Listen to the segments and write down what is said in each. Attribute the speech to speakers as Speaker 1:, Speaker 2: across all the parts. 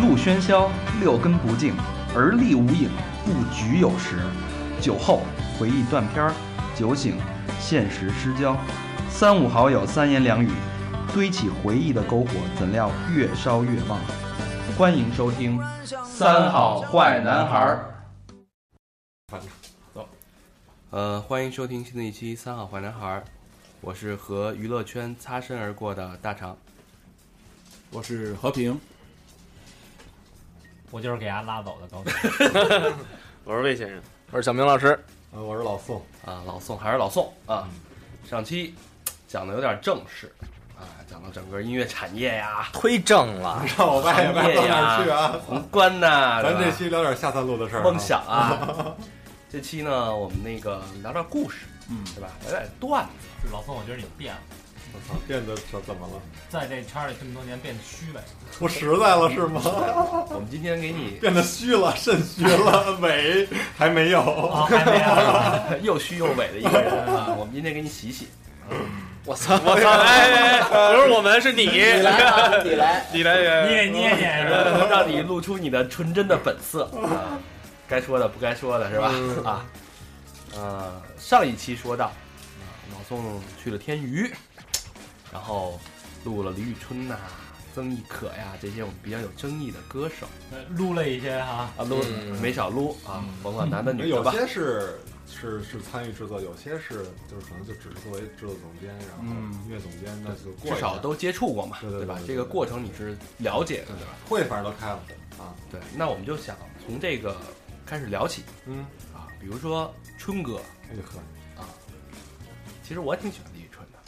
Speaker 1: 路喧嚣，六根不净，而立无影，不局有时。酒后回忆断片儿，酒醒现实失焦。三五好友三言两语，堆起回忆的篝火，怎料越烧越旺。欢迎收听《三好坏男孩儿》。
Speaker 2: 呃，欢迎收听新的一期《三好坏男孩》，我是和娱乐圈擦身而过的大肠。
Speaker 3: 我是和平，
Speaker 4: 我就是给他拉走的高手。
Speaker 5: 我是魏先生，
Speaker 6: 我是小明老师，
Speaker 7: 呃，我是老宋，
Speaker 2: 啊，老宋还是老宋啊。上期讲的有点正式啊，讲到整个音乐产业呀、
Speaker 6: 忒正了，
Speaker 7: 让我外也
Speaker 2: 行
Speaker 7: 外
Speaker 2: 业
Speaker 7: 到哪
Speaker 2: 呀、
Speaker 7: 儿去啊？
Speaker 2: 宏观呐、
Speaker 7: 咱
Speaker 2: 对
Speaker 7: 这
Speaker 2: 吧
Speaker 7: 期聊点下三路的事儿、啊，
Speaker 2: 梦想啊。这期呢，我们那个聊聊故事，
Speaker 3: 嗯
Speaker 2: 对吧？聊点段子。
Speaker 4: 老宋，我觉得你变了，
Speaker 7: 我操，啊变得怎怎么了？
Speaker 4: 在这圈里这么多年变得 虚伪。
Speaker 7: 不实在了是吗？
Speaker 2: 我们今天给你
Speaker 7: 变得虚了，肾虚了，尾还没有。
Speaker 4: 哦，还没有。
Speaker 2: 又虚又伪的一个人啊，我们今天给你洗洗。
Speaker 6: 我操！
Speaker 5: 我操！哎哎哎，不是我们，是你，
Speaker 6: 你来啊，你来，
Speaker 5: 你来，嗯
Speaker 4: 你也你也演是吧？
Speaker 2: 能让你露出你的纯真的本色，
Speaker 6: 嗯
Speaker 2: 啊、该说的不该说的是吧？啊，呃，上一期说到，啊老宋去了天娱，然后录了李宇春呐、曾轶可呀这些我们比较有争议的歌手
Speaker 4: 撸了一些哈，
Speaker 2: 啊，撸、
Speaker 6: 嗯
Speaker 2: 没少撸啊，甭管男的女的
Speaker 7: 有
Speaker 2: 吧。
Speaker 7: 些是是是参与制作，有些是就是可能就只是作为制作总监，然后音乐总监，那就过
Speaker 2: 至
Speaker 7: 一下
Speaker 2: 少都接触过嘛，
Speaker 7: 对对对
Speaker 2: 吧
Speaker 7: 对？对
Speaker 2: 这个过程你是了解的，对吧？
Speaker 7: 会反正都开了啊。
Speaker 2: 对，那我们就想从这个开始聊起
Speaker 7: 嗯，
Speaker 2: 啊，比如说春哥，
Speaker 7: 那就喝
Speaker 2: 其实我挺喜欢李宇春的，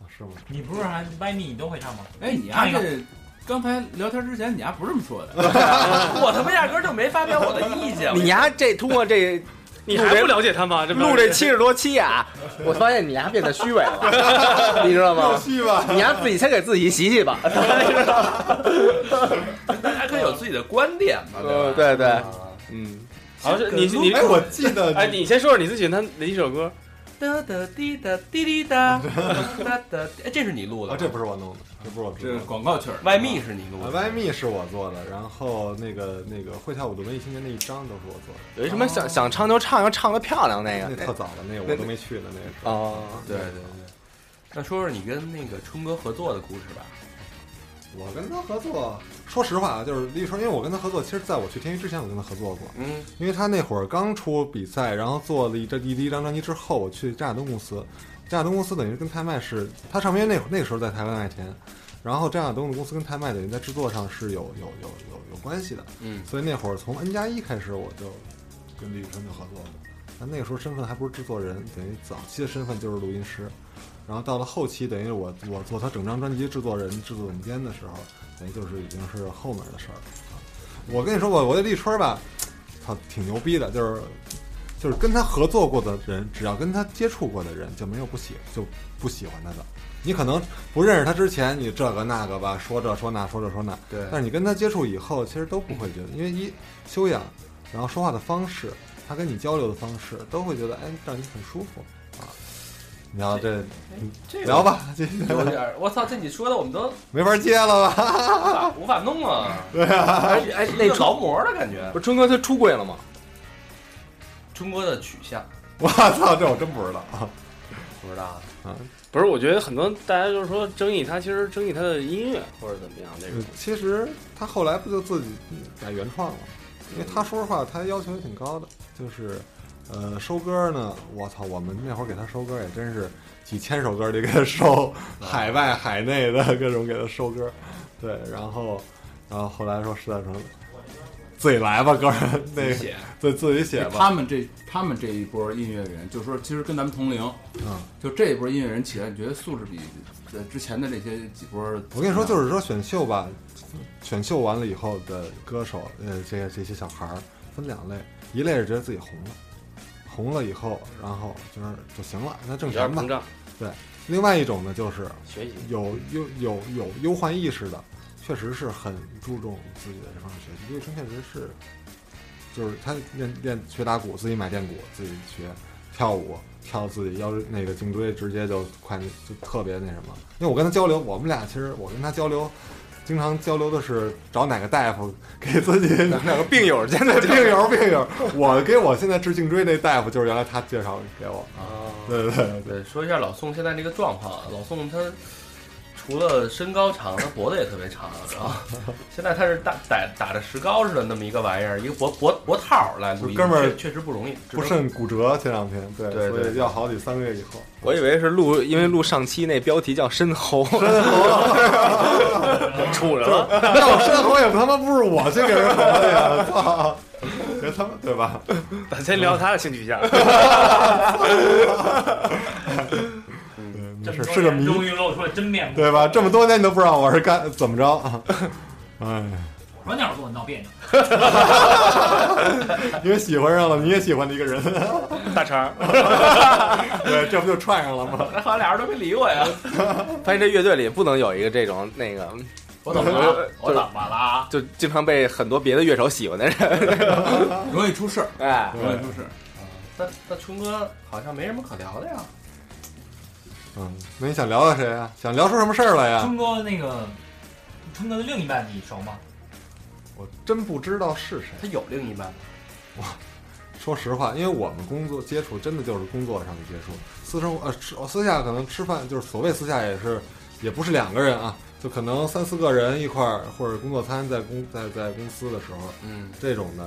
Speaker 7: 啊是吗？
Speaker 4: 你不是还歪你你都会唱吗？
Speaker 3: 哎，你
Speaker 4: 唱
Speaker 3: 丫
Speaker 4: 一个
Speaker 3: 这刚才聊天之前，你丫不是这么说的，
Speaker 2: 我他妈压根儿就没发表我的意见。
Speaker 6: 你呀，这通过这
Speaker 5: 你还不了解他吗？这
Speaker 6: 录这七十多期啊，我发现你呀变得虚伪了， 你知道吗？
Speaker 7: 去吧，
Speaker 6: 你呀自己先给自己洗洗 吧。
Speaker 2: 大家可以有自己的观点嘛，
Speaker 6: 呃，
Speaker 2: 吧？
Speaker 6: 对对，嗯，
Speaker 5: 好像是你你
Speaker 7: 哎，我记得
Speaker 5: 哎，你先说说你最喜欢他哪一首歌？
Speaker 2: 哒哒滴哒滴滴哒哒哒，哎，这是你录
Speaker 6: 哦
Speaker 2: 的，
Speaker 7: 啊，这不是我弄的，这不是我制
Speaker 3: 这
Speaker 7: 作
Speaker 3: 是
Speaker 7: 的
Speaker 3: 广告曲儿。
Speaker 2: 外密是你录
Speaker 7: 啊，
Speaker 2: 的，
Speaker 7: 歪蜜是我做的，然后那个那个会跳舞的文艺青年那一张都是我做的，
Speaker 6: 有一什么
Speaker 5: 哦
Speaker 6: 想想唱就唱，要唱的漂亮那
Speaker 7: 那
Speaker 6: 个
Speaker 7: 特早了，哎那啊我都没去呢，那个时候。
Speaker 6: 哦，
Speaker 2: 对对对。那说说你跟那个春哥合作的故事吧。
Speaker 7: 我跟他合作，说实话啊，就是立春，因为我跟他合作，其实在我去天娱之前，我跟他合作过，
Speaker 2: 嗯，
Speaker 7: 因为他那会儿刚出比赛，然后做了一这一第一张专辑之后，我去张亚东公司，张亚东公司等于跟泰麦是，他唱片那会那个时候在台湾麦田，然后张亚东的公司跟泰麦等于在制作上是有有有有有关系的，
Speaker 2: 嗯
Speaker 7: 所以那会儿从 N 加一开始，我就跟李宇春就合作了。但那个时候身份还不是制作人，等于早期的身份就是录音师。然后到了后期，等于我我做他整张专辑制作人、制作总监的时候，等于就是已经是后面的事儿了。啊我跟你说，我我对立春吧，操，挺牛逼的，就是就是跟他合作过的人，只要跟他接触过的人，就没有不喜就不喜欢他的。你可能不认识他之前，你这个那个吧，说这说那，说这说那，
Speaker 2: 对
Speaker 7: 但是你跟他接触以后，其实都不会觉得，因为一修养，然后说话的方式，他跟你交流的方式，都会觉得哎，让你很舒服啊。然后这
Speaker 2: 这
Speaker 7: 聊，吧，这
Speaker 2: 有点儿，我操，这你说的我们都
Speaker 7: 没法接了吧？
Speaker 2: 无法 无法弄 啊。对啊，哎哎，那劳模的感觉。
Speaker 6: 不是春哥他出柜了吗？
Speaker 2: 春哥的取向
Speaker 7: 我操，这我真不知道啊。
Speaker 2: 不知道，
Speaker 5: 不是，我觉得很多大家就是说争议他，其实争议他的音乐或者怎么样那
Speaker 6: 嗯
Speaker 5: 种。
Speaker 7: 其实他后来不就自己改原创了？因为他说实话，他要求也挺高的，就是，呃，收歌呢，我操，我们那会儿给他收歌也真是几千首歌得给他收，海外、海内的各种给他收歌，对，然后，然后后来说实在说，自己来吧，哥们儿，那
Speaker 2: 你
Speaker 7: 个
Speaker 2: 写
Speaker 7: 自自己写吧，
Speaker 3: 他们这他们这一波音乐人，就说其实跟咱们同龄，
Speaker 7: 嗯。
Speaker 3: 就这一波音乐人起来，你觉得素质比呃之前的这些几波，
Speaker 7: 我跟你说，就是说选秀吧，选秀完了以后的歌手，呃，这些这些小孩儿分两类，一类是觉得自己红了，红了以后，然后就是就行了，那
Speaker 5: 有
Speaker 7: 挣
Speaker 5: 点
Speaker 7: 钱吧
Speaker 5: 膨。胀，
Speaker 7: 另外一种呢，就是
Speaker 5: 学习。
Speaker 7: 有忧有有忧患意识的，确实是很注重自己的这方面学习。李宇春确实是，就是他练练学打鼓，自己买电鼓，自己学跳舞，跳自己腰那个颈椎直接就快就特别那什么。因为我跟他交流，我们俩其实我跟他交流经常交流的是找哪个大夫给自 己哪个病友，现在病友病友，我给我现在治颈椎那大夫就是原来他介绍给我，
Speaker 2: 哦
Speaker 7: 对对对对，
Speaker 2: 啊对，说一下老宋现在这个状况。啊，老宋他除了身高长，他脖子也特别长，然 后现在他是打打打着石膏似的那么一个玩意儿，一个脖脖脖套儿来录音，
Speaker 7: 哥们儿
Speaker 2: 确确实不容易，只
Speaker 7: 不
Speaker 2: 能
Speaker 7: 慎骨折前两天，对，
Speaker 2: 对
Speaker 7: 所
Speaker 2: 对
Speaker 7: 以要好几三个月以后，
Speaker 6: 我以为是录，因为录上期那标题叫“深 喉
Speaker 5: 杵着 了，
Speaker 7: 那我身后也他妈不是我去给人活的呀，操，别他妈对吧？
Speaker 5: 咱先聊他的性取向。
Speaker 7: 嗯，
Speaker 4: 这
Speaker 7: 没
Speaker 4: 么多
Speaker 7: 事，是个
Speaker 4: 年
Speaker 7: 谜，
Speaker 4: 终于露出了真面目。
Speaker 7: 对吧？这么多年你都不知道我是干怎么着啊？哎，
Speaker 4: 我说那会儿跟我闹别扭，
Speaker 7: 因为喜欢上了你也喜欢的一个人，
Speaker 5: 大肠，
Speaker 7: 对，这不就串上了吗？
Speaker 2: 哎那好像俩人都没理我呀，”，
Speaker 7: 嗯
Speaker 6: 发现这乐队里不能有一个这种那个，
Speaker 2: 我怎么了？
Speaker 7: 嗯
Speaker 2: 我怎么了？
Speaker 6: 就经常被很多别的乐手喜欢的人。
Speaker 3: 容易出事儿，
Speaker 6: 哎，
Speaker 3: 容易出事儿。
Speaker 2: 那那春哥好像没什么可聊的呀，
Speaker 7: 嗯，那你想聊聊谁啊？想聊出什么事儿来呀？
Speaker 4: 春哥那个春哥的另一半你熟吗？
Speaker 7: 我真不知道是谁。
Speaker 2: 他有另一半吗，
Speaker 7: 说实话，因为我们工作接触真的就是工作上的接触，私生活呃吃私下可能吃饭就是所谓私下也是也不是两个人啊，就可能三四个人一块儿或者工作餐在公在在公司的时候
Speaker 2: 嗯，
Speaker 7: 这种的，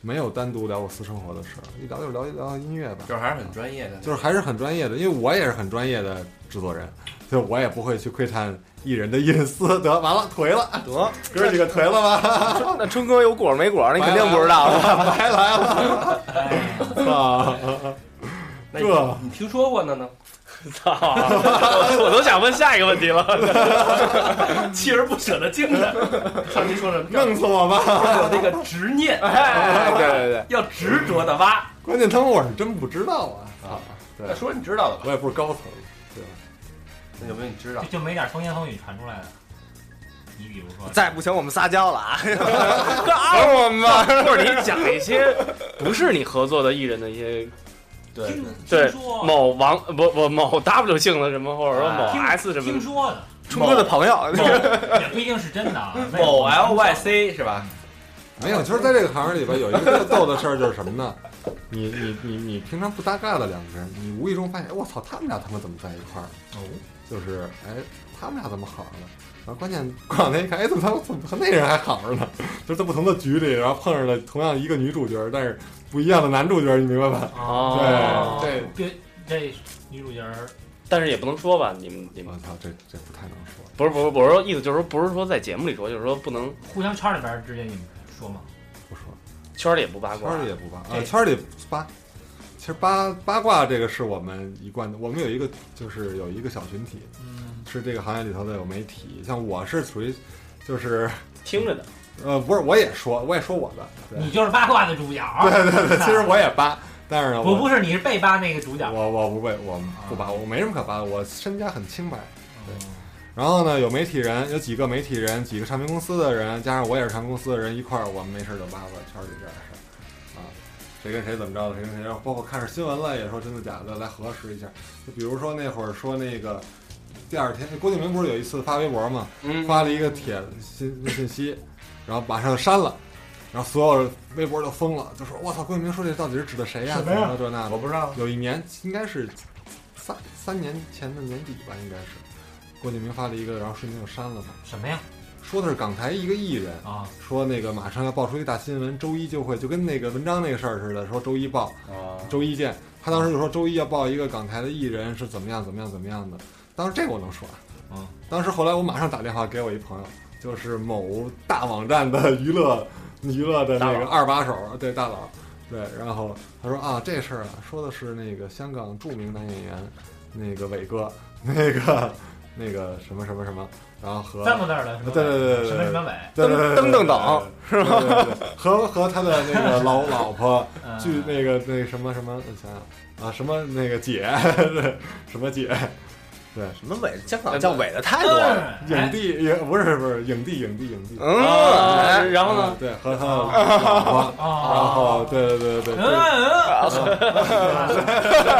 Speaker 7: 没有单独聊过私生活的事儿，一聊就聊一聊音乐吧，
Speaker 2: 就是还是很专业的，
Speaker 7: 就是还是很专业的，因为我也是很专业的制作人，所以我也不会去窥探艺人的隐私。得完了，颓了，得哥几个颓了吧，
Speaker 6: 那春哥有果没果，那你肯定不知道。
Speaker 7: 白来了
Speaker 4: 哎呀，
Speaker 7: 啊！
Speaker 2: 那你
Speaker 7: 这
Speaker 2: 你听说过的呢？
Speaker 5: 操！ 我都想问下一个问题 了。
Speaker 2: 锲而不舍的精 神，上期说什么？
Speaker 7: 弄死我吧！
Speaker 2: 要有那个执念，
Speaker 6: 哎，对对对，
Speaker 2: 要执着的挖。
Speaker 7: 关键他们我是真不知道啊！操，对
Speaker 2: 那，说你知道的吧？
Speaker 7: 我也不是高层，
Speaker 2: 那有没有你知道
Speaker 4: 就？就没点风言风语传出来的。你比如说，
Speaker 6: 再不行我们撒娇了啊！干我们吧！
Speaker 5: 或者你讲一些不是你合作的艺人的一些
Speaker 2: 对
Speaker 4: 听
Speaker 5: 对
Speaker 4: 听说
Speaker 5: 某王不不某 W 姓的什么，或者说某
Speaker 4: 听
Speaker 5: S 什么
Speaker 4: 听
Speaker 5: 的，
Speaker 4: 说的，
Speaker 6: 春哥的朋友，
Speaker 4: 也不一定是真的 啊。那个
Speaker 2: 某 LYC 是吧？
Speaker 7: 没有。就是在这个行业里边有一个特逗的事儿，就是什么呢？你你你你平常不搭嘎的两个人，你无意中发现，我操，他们俩他妈怎么在一块儿？
Speaker 4: 哦，
Speaker 7: 就是哎，他们俩怎么好上了？然后关键过两天一看，哎，怎么他怎么和那人还好着呢？就是在不同的局里，然后碰上了同样一个女主角，但是不一样的男主角，你明白吧？
Speaker 5: 哦
Speaker 7: 对对，
Speaker 4: 这这女主角儿
Speaker 5: 但是也不能说吧，你们你
Speaker 7: 我
Speaker 5: 们
Speaker 7: 操，这这不太能说。
Speaker 5: 不是不是不是说意思就是说不是说在节目里说，就是说不能
Speaker 4: 互相圈里边儿之间你们说吗？
Speaker 7: 不说，
Speaker 5: 圈儿里也不八卦
Speaker 7: 圈，儿里也不八啊，圈儿里八。其实八八卦这个是我们一贯的，我们有一个就是有一个小群体，
Speaker 4: 嗯，
Speaker 7: 是这个行业里头的有媒体。像我是属于，就是
Speaker 5: 听着的。
Speaker 7: 呃，不是我也说，我也说我的，对
Speaker 4: 你就是八卦的主角儿。
Speaker 7: 对对对，其 实我也八，但是呢，
Speaker 4: 不
Speaker 7: 我
Speaker 4: 不是，你是被扒那个主角。
Speaker 7: 我我不会，我不扒，我没什么可扒的，我身家很清白。然后呢，有媒体人，有几个媒体人，几个唱片公司的人，加上我也是唱片公司的人，一块儿，我们没事儿就挖挖圈儿里边儿的事儿，啊，谁跟谁怎么着的，谁跟谁，然后包括看着新闻了，也说真的假的，来核实一下。就比如说那会儿说那个，第二天郭敬明不是有一次发微博嘛，
Speaker 2: 嗯
Speaker 7: 发了一个帖信信息，然后马上删了。然后所有微博都疯了，就说：“我操，郭敬明说这到底是指的谁呀、怎么着这那的？”
Speaker 2: 不知道。
Speaker 7: 有一年应该是三三年前的年底吧，应该是郭敬明发了一个，然后瞬间就删了他，
Speaker 4: 什么呀？
Speaker 7: 说的是港台一个艺人，
Speaker 4: 啊，
Speaker 7: 说那个马上要爆出一大新闻，周一就会就跟那个文章那个事儿似的，说周一爆，周一见。他当时就说周一要爆一个港台的艺人是怎么样怎么样怎么样的，当时这我能说啊，
Speaker 4: 嗯，
Speaker 7: 当时后来我马上打电话给我一朋友，就是某大网站的娱乐娱乐的那个二把手，对大佬，对，然后他说啊这事儿啊说的是那个香港著名男演员那个伟哥，那个那个什么什么什么，然后和
Speaker 4: 三个字儿的什么
Speaker 7: 对
Speaker 4: 伟？
Speaker 7: 对对对
Speaker 4: 什么什么伟？
Speaker 7: 对对对对
Speaker 6: 噔噔噔
Speaker 7: 对对对对对和和他的那个老老婆，
Speaker 4: 嗯
Speaker 7: 据那个那个什么什么，我想想啊什么那个姐，对什么姐，
Speaker 6: 什么伟？香港叫伟的
Speaker 4: 哎
Speaker 6: 太多了。
Speaker 7: 影帝也不是不是影帝影帝影帝，
Speaker 6: 嗯，
Speaker 5: 啊
Speaker 6: 哎
Speaker 5: 然后
Speaker 7: 嗯？？
Speaker 5: 呢
Speaker 7: 对，和他的老婆，
Speaker 4: 哎啊，
Speaker 7: 然后对对对对
Speaker 4: 嗯
Speaker 7: 对，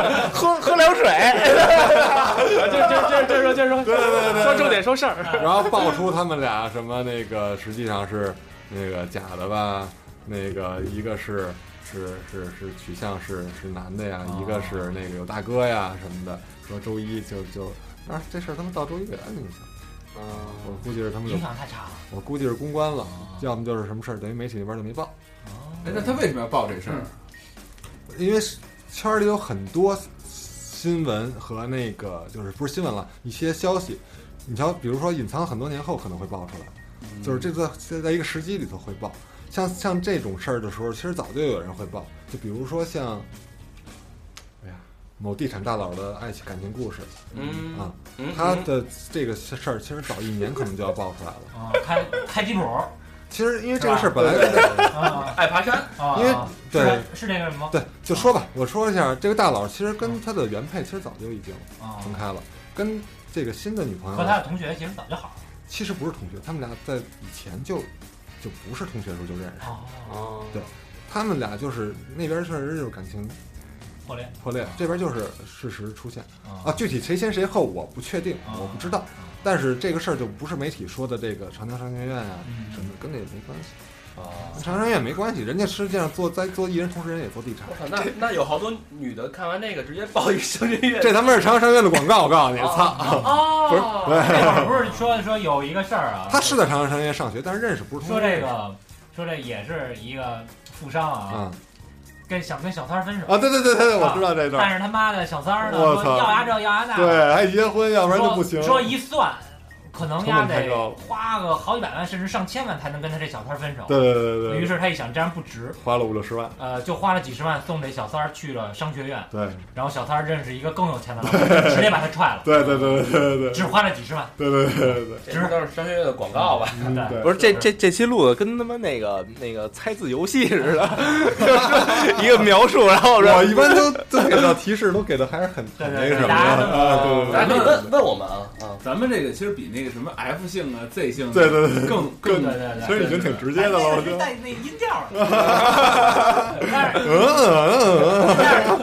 Speaker 4: 嗯，
Speaker 6: 喝喝凉水。
Speaker 5: 啊，就就就就说就说
Speaker 7: 对对对对对
Speaker 5: 说重点说事儿，
Speaker 7: 然后爆出他们俩什么那个实际上是那个假的吧，那个一个是是是是取向是是男的呀，一个是那个有大哥呀什么的，说周一就就啊这事儿他们到周一给安排一下，我估计是他们有
Speaker 4: 影，响太差了。
Speaker 7: 我估计是公关了，要么就是什么事儿等于媒体那边就没报，
Speaker 3: 哎，那他为什么要报这事儿？
Speaker 7: 因为圈儿里有很多新闻和那个就是不是新闻了，一些消息，你瞧，比如说隐藏很多年后可能会爆出
Speaker 2: 嗯
Speaker 7: 来，就是这在在在一个时机里头会爆。像像这种事儿的时候，其实早就有人会爆，就比如说像，哎呀，某地产大佬的爱情感情故事
Speaker 2: 嗯
Speaker 7: 啊，
Speaker 2: 嗯
Speaker 7: 他的这个事儿其实早一年可能就要爆出来了。
Speaker 2: 嗯
Speaker 4: 啊，开开金主儿
Speaker 7: 其实因为这个事儿本 来就在，
Speaker 4: 啊
Speaker 2: 爱爬山，
Speaker 4: 啊，
Speaker 7: 因为
Speaker 4: 啊
Speaker 7: 对
Speaker 4: 是是这个什么？
Speaker 7: 对，就说吧，我说一下，这个大佬其实跟他的原配其实早就已经
Speaker 4: 啊，
Speaker 7: 分开了，跟这个新的女朋
Speaker 4: 和他
Speaker 7: 友
Speaker 4: 的同学其实早就好了。
Speaker 7: 其实不是同学，他们俩在以前就就不是同学的时候就认识，
Speaker 4: 哦，
Speaker 7: 他们俩就是那边确实就是感情
Speaker 4: 破裂
Speaker 7: 破裂，这边就是事实出现
Speaker 4: 啊
Speaker 7: 啊，具体谁先谁后我不确定，我不知道，但是这个事儿就不是媒体说的这个长江商学院啊
Speaker 4: 嗯
Speaker 7: 什么的，跟那也没关系，
Speaker 2: 啊，
Speaker 7: 长江商学院没关系，人家实际上做在做艺人同时人也做地产
Speaker 2: 我。操，那那有好多女的看完这个直接报一声音乐，
Speaker 7: 这他妈是长江商学院的广告，我告诉你，
Speaker 4: 哦
Speaker 7: 操！
Speaker 2: 哦，
Speaker 4: 那会儿不是说说有一个事儿啊，
Speaker 7: 他是在长江商学院上学，但是认识不是同
Speaker 4: 说
Speaker 7: 学。
Speaker 4: 这个说这也是一个富商啊，
Speaker 7: 啊
Speaker 4: 跟想跟小三儿分手
Speaker 7: 啊，对对对对对，我知道这段
Speaker 4: 但。是他妈的小三儿呢，
Speaker 7: 我
Speaker 4: 说
Speaker 7: 操
Speaker 4: 要牙这要牙那，说，
Speaker 7: 对，还结婚，要不然就不行。
Speaker 4: 说一算，可能
Speaker 7: 成
Speaker 4: 丫
Speaker 7: 本太高
Speaker 4: 得
Speaker 7: 了
Speaker 4: 花个好几百万甚至上千万才能跟他这小三儿分手。
Speaker 7: 对对对对对，
Speaker 4: 于是他一想，这样不值，
Speaker 7: 花了五六十万。
Speaker 4: 呃，就花了几十万送这小三儿去了商学院，
Speaker 7: 对
Speaker 4: 然后小三儿认识一个更有钱的老 板，直接把他踹了，
Speaker 7: 对对对对对
Speaker 4: 只花了几十万。
Speaker 7: 对对对对
Speaker 2: 这都是商学院的广告吧？
Speaker 4: 对，
Speaker 7: 对。
Speaker 6: 不是这这这期录的跟他妈那个那个猜字游戏似的，就是一个描述，然后
Speaker 7: 我一般都都给到提示，都给的还是很
Speaker 4: 对
Speaker 7: 很
Speaker 4: 对
Speaker 7: 那个
Speaker 4: 对
Speaker 7: 什么的
Speaker 4: 大家都
Speaker 7: 啊，对
Speaker 2: 大家
Speaker 7: 对
Speaker 2: 可以问问我们啊啊，
Speaker 3: 咱们这个其实比那个什么 F 姓啊、Z 姓啊
Speaker 7: 对对对对
Speaker 3: 更
Speaker 4: 对
Speaker 3: 更
Speaker 4: 对对对
Speaker 7: 对，其实已经挺直接的了，我觉得。
Speaker 4: 带那音调了，但是
Speaker 7: 嗯嗯嗯嗯，
Speaker 4: 但是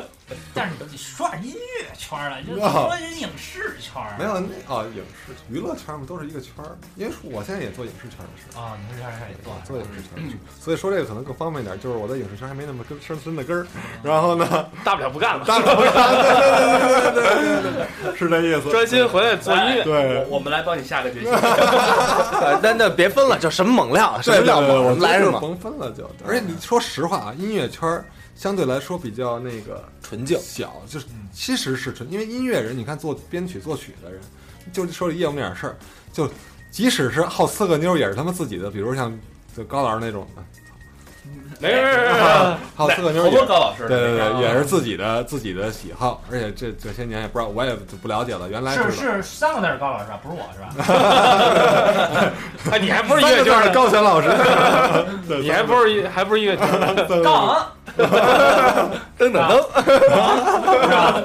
Speaker 4: 但是你说点音乐圈儿了，就说人影视圈儿
Speaker 7: 没有那啊，影视娱乐圈嘛，都是一个圈儿。因为我现在也做影视圈的事儿，
Speaker 4: 啊，你们这圈儿也做
Speaker 7: 我做影视圈的事儿，所以说这个可能更方便点儿。就是我在影视圈还没那么根深深的根儿，然后呢，
Speaker 5: 大不了不干了，
Speaker 7: 大不了对对对对对对对对，是这意思。
Speaker 5: 专心回来做音 乐。
Speaker 7: 对
Speaker 2: 我我们来帮你下个决心。
Speaker 6: 呃那那别分了，就什么猛料，什么
Speaker 7: 对
Speaker 6: 料猛，
Speaker 7: 我
Speaker 6: 们来什
Speaker 7: 是
Speaker 6: 么
Speaker 7: 甭分了就。而且你说实话啊，音乐圈儿相对来说比较那个
Speaker 6: 纯净。
Speaker 7: 小，就是其实是纯，因为音乐人，你看做编曲作曲的人，就说业务那点事儿，就即使是好呲个妞儿，也是他们自己的，比如像就高老师那种，
Speaker 5: 没事没事，
Speaker 7: 好呲个妞儿
Speaker 2: 好
Speaker 7: 也
Speaker 2: 多
Speaker 7: 是。
Speaker 2: 高老师，
Speaker 7: 对对对，也是自己的自己的喜好，而且这这些年也不知道，我也不了解了。原来
Speaker 4: 是
Speaker 7: 知道
Speaker 4: 是三个字儿高老师啊，不是我是吧？
Speaker 5: 哎，你还不是音
Speaker 7: 三个
Speaker 5: 乐
Speaker 7: 字儿
Speaker 5: 圈
Speaker 7: 的
Speaker 5: 的，
Speaker 7: 高璇老师，对
Speaker 5: 你还不是还不是音乐圈的，
Speaker 4: 杠
Speaker 6: 噔
Speaker 5: 啊
Speaker 6: 噔噔，
Speaker 4: 是吧？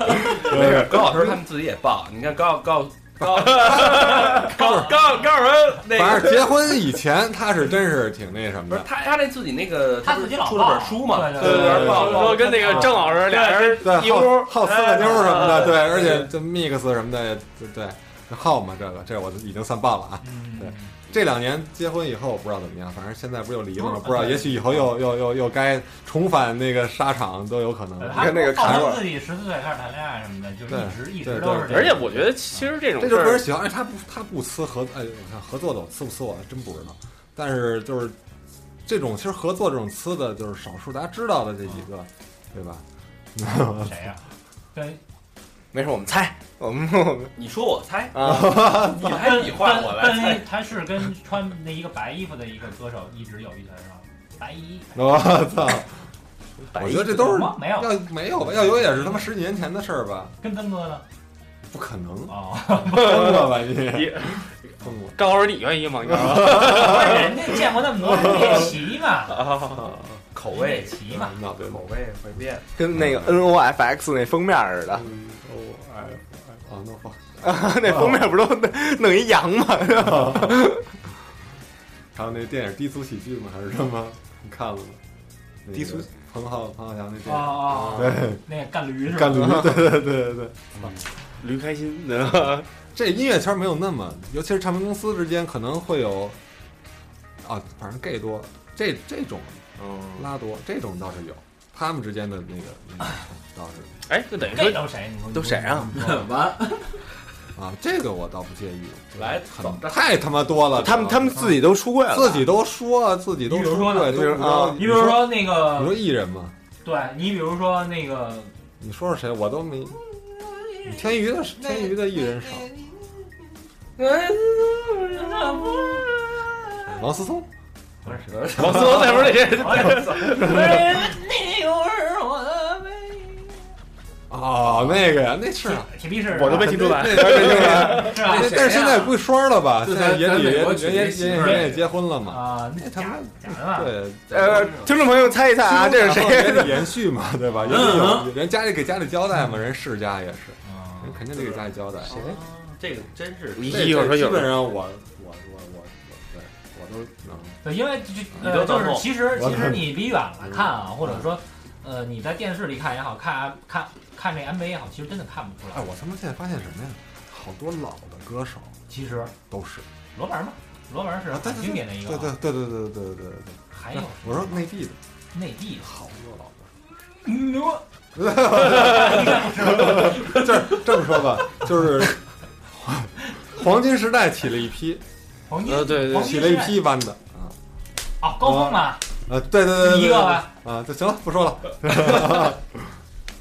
Speaker 2: 没事，高老师他们自己也报。你看高高高高高高人那
Speaker 7: 反
Speaker 2: 个
Speaker 7: 正结婚以前他是真是挺那什
Speaker 2: 不
Speaker 7: 么
Speaker 2: 是
Speaker 7: 的，
Speaker 2: 他他那自己那个
Speaker 4: 他自己老
Speaker 2: 出了本
Speaker 4: 报
Speaker 2: 书嘛，
Speaker 4: 对对
Speaker 2: 自己
Speaker 7: 对
Speaker 2: 人报
Speaker 5: 说说跟那个郑老师俩人
Speaker 7: 对，
Speaker 5: 一屋，
Speaker 7: 好好呲个妞儿什么的，
Speaker 5: 哎
Speaker 7: 对，而且这 mix 什么的，对对，好嘛，这个这我已经算爆了啊。对
Speaker 4: 嗯，
Speaker 7: 这两年结婚以后我不知道怎么样，反正现在不是又离了吗
Speaker 4: 嗯？
Speaker 7: 不知道，也许以后又又又又该重返那个沙场都有可
Speaker 5: 呃
Speaker 7: 能。
Speaker 4: 他
Speaker 6: 看那个
Speaker 4: 号
Speaker 6: 卡
Speaker 4: 称
Speaker 6: 罗尔
Speaker 4: 自己十四岁开始谈恋爱什么的，就是一直一
Speaker 7: 对
Speaker 4: 直都是这
Speaker 7: 对
Speaker 4: 样。
Speaker 5: 而且我觉得其实这种
Speaker 7: 这
Speaker 5: 事
Speaker 7: 就个人
Speaker 5: 儿，
Speaker 7: 喜欢，哎，他不他不呲合，哎，我看合作的我呲不呲我还真不知道，但是就是这种其实合作这种呲的就是少数，大家知道的这几
Speaker 5: 嗯
Speaker 7: 个，对吧？
Speaker 4: 谁呀？跟
Speaker 6: 没事，我们猜，我们我们
Speaker 2: 你说我猜，
Speaker 6: 啊，
Speaker 2: 你来比划，我来猜。
Speaker 4: 跟他是跟穿那一个白衣服的一个歌手一直有一腿上，白衣。
Speaker 7: 我操！我觉得这都
Speaker 4: 有
Speaker 7: 是
Speaker 4: 吗？没有，
Speaker 7: 要没有吧？要有也是他妈十几年前的事儿吧？
Speaker 4: 跟曾哥呢？
Speaker 7: 不可能，
Speaker 4: 哦，
Speaker 7: 疯了吧 你？
Speaker 5: 你
Speaker 7: 疯了！
Speaker 5: 高老师你愿意吗？你知道吗？
Speaker 4: 人家见过那么多人猎奇嘛，
Speaker 2: 口
Speaker 4: 猎
Speaker 2: 味
Speaker 4: 奇嘛，
Speaker 7: 脑袋
Speaker 2: 口味会变，
Speaker 6: 跟那个 N O F X 那封面似的，
Speaker 7: 啊，那放
Speaker 6: 那封面不都弄弄一羊吗？
Speaker 7: 还有那电影低俗喜剧吗？还是什么？ 你看了吗？那个
Speaker 6: 低俗
Speaker 7: 彭浩彭浩翔那
Speaker 4: 哦
Speaker 7: 电影，
Speaker 4: 哦，哦那个干驴是吧？
Speaker 7: 干驴，对对对对对，
Speaker 5: 驴开心的，
Speaker 7: 这音乐圈没有那么，尤其是唱片公司之间可能会有，啊，反正 gay 多，这这种
Speaker 5: 嗯，
Speaker 7: 拉多这种倒是有，他们之间的那个那个倒是
Speaker 5: 哎，就等于
Speaker 4: 这
Speaker 5: 说
Speaker 4: 都谁？你说
Speaker 5: 都谁啊？
Speaker 3: 完，
Speaker 7: 啊，这个我倒不介意，
Speaker 2: 来
Speaker 7: 很
Speaker 2: 走
Speaker 7: 太他妈多了，
Speaker 6: 他们他们自己都出柜了，
Speaker 7: 自 己都说自己都
Speaker 4: 你比如说呢
Speaker 7: 对，就是啊，
Speaker 4: 你比如说那
Speaker 7: 你说
Speaker 4: 个，
Speaker 7: 艺人嘛，
Speaker 4: 对你比如说那个，
Speaker 7: 你说说谁我都没，天娱的天娱的艺人少，王思聪，
Speaker 5: 王思聪再不是那些
Speaker 7: 哦，那个呀，那是啊
Speaker 4: 铁皮是
Speaker 5: 我都没听出来，
Speaker 7: 那那啊就是啊。
Speaker 4: 是吧？
Speaker 7: 但是现在归双了吧？现
Speaker 3: 对
Speaker 7: 在也
Speaker 3: 咱
Speaker 7: 也
Speaker 3: 咱美国
Speaker 7: 也
Speaker 3: 娶
Speaker 7: 也
Speaker 3: 那媳
Speaker 7: 也
Speaker 3: 妇儿
Speaker 7: 也结婚了嘛？
Speaker 4: 啊，那
Speaker 7: 他
Speaker 4: 假
Speaker 7: 们
Speaker 4: 假的嘛，
Speaker 7: 对，
Speaker 6: 呃，听众朋友猜一猜啊，这是
Speaker 7: 然后也
Speaker 6: 谁？
Speaker 7: 得延续嘛，对吧？人家有人家里给家里交代嘛，人世家也是，人
Speaker 4: 嗯
Speaker 7: 肯定得给家里交代。
Speaker 2: 这个真是
Speaker 5: 你
Speaker 7: 这
Speaker 5: 一会儿
Speaker 7: 这
Speaker 5: 说有
Speaker 7: 基本
Speaker 5: 人
Speaker 7: 上我我我我我对我都能
Speaker 4: 对，因为就
Speaker 2: 你
Speaker 4: 呃
Speaker 2: 都
Speaker 4: 就
Speaker 2: 到
Speaker 4: 是
Speaker 2: 后
Speaker 4: 其实
Speaker 7: 我
Speaker 4: 其实你离远了看啊，或者说呃你在电视里看也好看看看这 MV 也好，其实真的看不出
Speaker 7: 哎，
Speaker 4: 来。
Speaker 7: 我他妈现在发现什么呀？好多老的歌手
Speaker 4: 其实
Speaker 7: 都是，
Speaker 4: 罗文嘛，罗文是
Speaker 7: 啊对
Speaker 4: 很经典的一个
Speaker 7: 对对
Speaker 4: 啊，
Speaker 7: 对对对对对对对。
Speaker 4: 还有
Speaker 7: 我说内地的
Speaker 4: 内地的
Speaker 7: 好多老歌
Speaker 4: 罗
Speaker 7: 手， 就是这么说吧，就是 黄黄金时代起了一批，
Speaker 4: 黄金
Speaker 5: 呃，对对
Speaker 4: 黄，
Speaker 7: 起了一批班子啊。
Speaker 4: 哦高峰嘛，
Speaker 7: 啊，对对对对，对
Speaker 4: 一个吧
Speaker 7: 啊，就行了，不说了。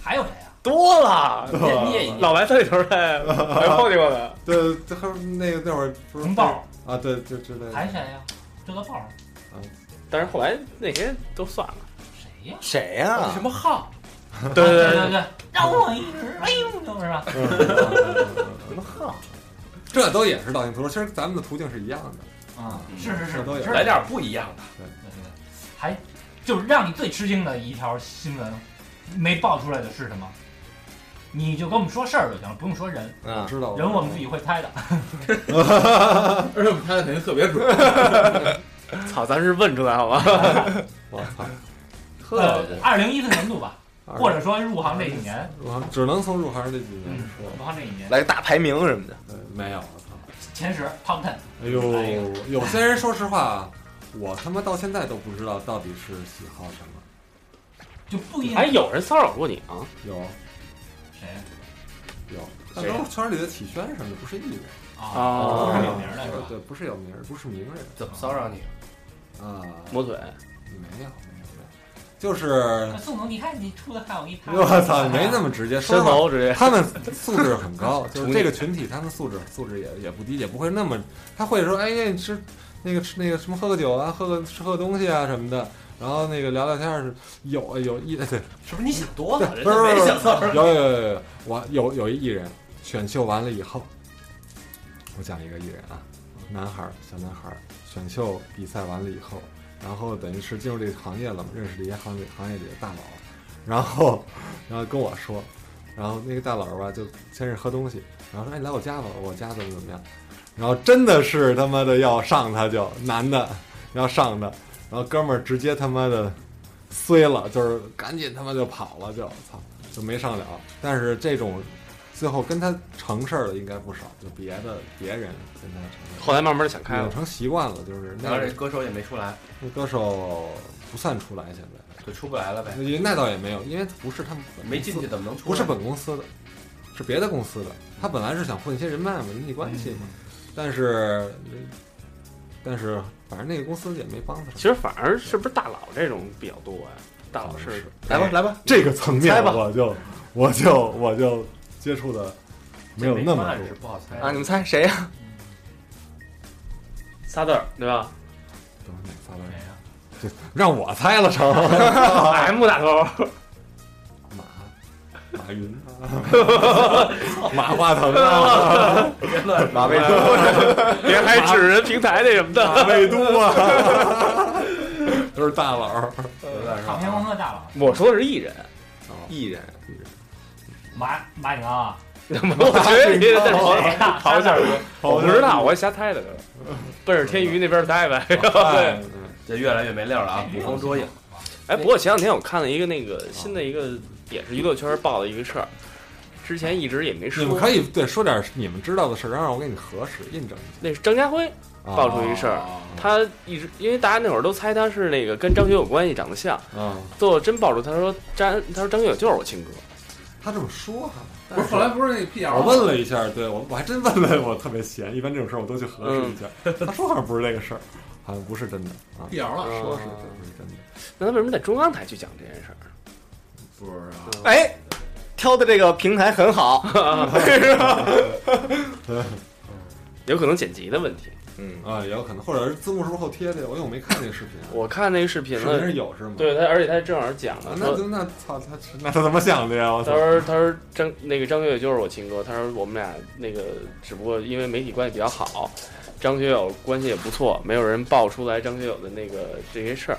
Speaker 4: 还有谁啊？
Speaker 5: 多了，
Speaker 6: 呃
Speaker 2: 你也
Speaker 5: 老白特里头来， 还有后去过的，
Speaker 7: 对，这还有那个那会儿不是
Speaker 4: 红豹
Speaker 7: 啊，对，就之类的。
Speaker 4: 还有谁呀？这个豹儿
Speaker 5: 但是后来那些都算了，
Speaker 4: 谁呀？
Speaker 6: 谁呀？
Speaker 2: 啊什么号？
Speaker 5: 对
Speaker 4: 对
Speaker 5: 对
Speaker 4: 对
Speaker 5: 对，
Speaker 4: 对，让我一直哎呦，就是吧？
Speaker 7: 嗯嗯嗯嗯 嗯这都也是道听途说，其实咱们的途径是一样的。
Speaker 4: 啊，是是是，
Speaker 7: 都有
Speaker 4: 是
Speaker 2: 来点不一样的，
Speaker 4: 对对对，还就是让你最吃惊的一条新闻，没爆出来的是什么？你就跟我们说事儿就行了，不用说人，
Speaker 6: 啊
Speaker 7: 我知道
Speaker 4: 人我们自己会猜的。
Speaker 3: 而且我们拍的肯定特别准，
Speaker 5: 操，咱是问出来好吗？
Speaker 7: 我 操，
Speaker 4: 呃，二零一四年度吧，
Speaker 7: 啊二
Speaker 4: 或者说入行这几年，
Speaker 7: 我只能从入行这几
Speaker 4: 嗯
Speaker 7: 年说，
Speaker 4: 入行这几年
Speaker 6: 来个大排名什么的，
Speaker 7: 呃没有，我操，
Speaker 4: 前十 top ten，
Speaker 7: 哎
Speaker 4: 哎
Speaker 7: 呦，有些人说实话啊，我他妈到现在都不知道到底是喜好什么。
Speaker 4: 就不一定
Speaker 2: 哎
Speaker 5: 还哎有人骚扰过你啊？
Speaker 7: 有
Speaker 4: 谁
Speaker 7: 有，但都是圈里的体圈什么的，不是艺人，
Speaker 4: 啊，都是有名儿的是吧？
Speaker 7: 对，不是有名儿，不是名人
Speaker 2: 怎么骚扰你？
Speaker 7: 啊。
Speaker 5: 磨腿，
Speaker 7: 没有，没有，没有，就是
Speaker 4: 那宋总，你看你出的汗，我给你擦。
Speaker 7: 我操，没那么直接。说
Speaker 5: 伸
Speaker 7: 实话，
Speaker 5: 喉直 接。
Speaker 7: 他们素质很高，就是这个群体，他们素质素质也也不低，也不会那么，他会说，哎呀，你吃那个吃那个什么，喝个酒啊，喝个吃喝东西啊什么的。然后那个聊聊天儿是有有一 对，
Speaker 2: 是不是你想多
Speaker 7: 对
Speaker 2: 了？人
Speaker 7: 不
Speaker 2: 家
Speaker 7: 是不
Speaker 2: 没
Speaker 7: 是
Speaker 2: 想骚
Speaker 7: 不
Speaker 2: 扰你。
Speaker 7: 是，有有有有有，我有有一艺人选秀完了以后，我讲一个艺人啊，男孩儿小男孩儿选秀比赛完了以后，然后等于是进入这个行业了嘛，认识了一些行业行业里的大佬，然后 然后跟我说，然后那个大佬吧就先是喝东西，然后说哎你来我家吧，我家怎么怎么样，然后真的是他妈的要上他就男的要上他，然后哥们儿直接他妈的衰了，就是赶紧他妈就跑了就操就没上了，但是这种。最后跟他成事儿的应该不少，就别的别人跟他成事儿。
Speaker 5: 后来慢慢想开
Speaker 7: 养
Speaker 6: 嗯
Speaker 5: 了，
Speaker 7: 成习惯了，就是那
Speaker 2: 然后这
Speaker 7: 个
Speaker 2: 歌手也没出来，
Speaker 7: 那歌手不算出来，现
Speaker 2: 就出不来了呗。
Speaker 7: 在那倒也没有，因为不是他们本公司
Speaker 2: 没进去，嗯怎么能出来？
Speaker 7: 不是本公司的，是别的公司的。他本来是想混一些人脉嘛，人际关系
Speaker 2: 嗯
Speaker 7: 嘛，但是但是反正那个公司也没帮他什
Speaker 5: 其
Speaker 7: 么。
Speaker 5: 实反而是不是大佬这种比较多呀？大佬是
Speaker 6: 来吧来吧，
Speaker 7: 这个层面
Speaker 6: 猜吧
Speaker 7: 我就我就我就接触的没有那么
Speaker 2: 这没法
Speaker 7: 多
Speaker 2: 是。不好猜
Speaker 6: 啊，你们猜谁呀？
Speaker 5: 仨字儿对吧
Speaker 7: 都是哪仨
Speaker 4: 谁
Speaker 7: 人？
Speaker 4: 呀？
Speaker 7: 这让我猜了成
Speaker 5: ？M 打头，
Speaker 7: 马马云 啊，马化腾啊。
Speaker 2: 别乱说
Speaker 6: 马
Speaker 5: 哎
Speaker 6: 未都，
Speaker 5: 别还指人平台那什么的。
Speaker 7: 魏都啊， 都是大佬儿。
Speaker 2: 别乱
Speaker 4: 唱片
Speaker 2: 说。
Speaker 4: 公司的大佬
Speaker 5: 我说的是艺人，
Speaker 6: 艺人，
Speaker 4: 马马景啊，
Speaker 5: 我觉得你在跑
Speaker 4: 谁大
Speaker 5: 跑一下，啊我不知道，我瞎猜的都是， 奔着天娱那边待 呗。对，
Speaker 7: 哎
Speaker 2: 这越来越没料了啊！捕风捉影，
Speaker 5: 哎，不过前两天我看了一个那个新的一个也是娱乐圈报的一个事儿，之前一直也没
Speaker 7: 你
Speaker 5: 说
Speaker 7: 们。可以对说点你们知道的事儿，然后让我给你核实印证一
Speaker 5: 那是张家辉
Speaker 6: 哦
Speaker 7: 下。
Speaker 5: 爆
Speaker 7: 啊，
Speaker 5: 出一事儿，他一直因为大家那会儿都猜他是那个跟张学友关系长得像，
Speaker 7: 嗯，
Speaker 5: 最后真爆出他说张他说张学友就是我亲哥，
Speaker 7: 他这么说哈。
Speaker 3: 不是后来不是那辟谣
Speaker 2: 啊
Speaker 7: 我
Speaker 3: 吗，
Speaker 7: 问了一下，对我我还真问了，我特别闲，一般这种事儿我都去核实一下。他说好像不是这个事儿，好像不是真的啊
Speaker 3: 辟，谣了，
Speaker 7: 说是
Speaker 2: 嗯
Speaker 5: 啊
Speaker 7: 不是真的。
Speaker 5: 那他为什么在中央台去讲这件事儿？
Speaker 3: 不知道。
Speaker 6: 哎，挑的这个平台很好，是吧？
Speaker 5: 有可能剪辑的问题。
Speaker 6: 嗯，
Speaker 7: 啊，也有可能，或者是字幕是不是后贴的呀？我因为我没看那个视频啊，
Speaker 5: 我看那个视频
Speaker 7: 视频
Speaker 5: 了
Speaker 7: 是，有是吗？
Speaker 5: 对他，而且他正好讲
Speaker 7: 啊
Speaker 5: 了，
Speaker 7: 那
Speaker 5: 说
Speaker 7: 就那操他那他怎么想的呀？我操
Speaker 5: 他！说他说张那个张学友就是我亲哥，他说我们俩那个只不过因为媒体关系比较好，张学友关系也不错，没有人爆出来张学友的那个这些事儿，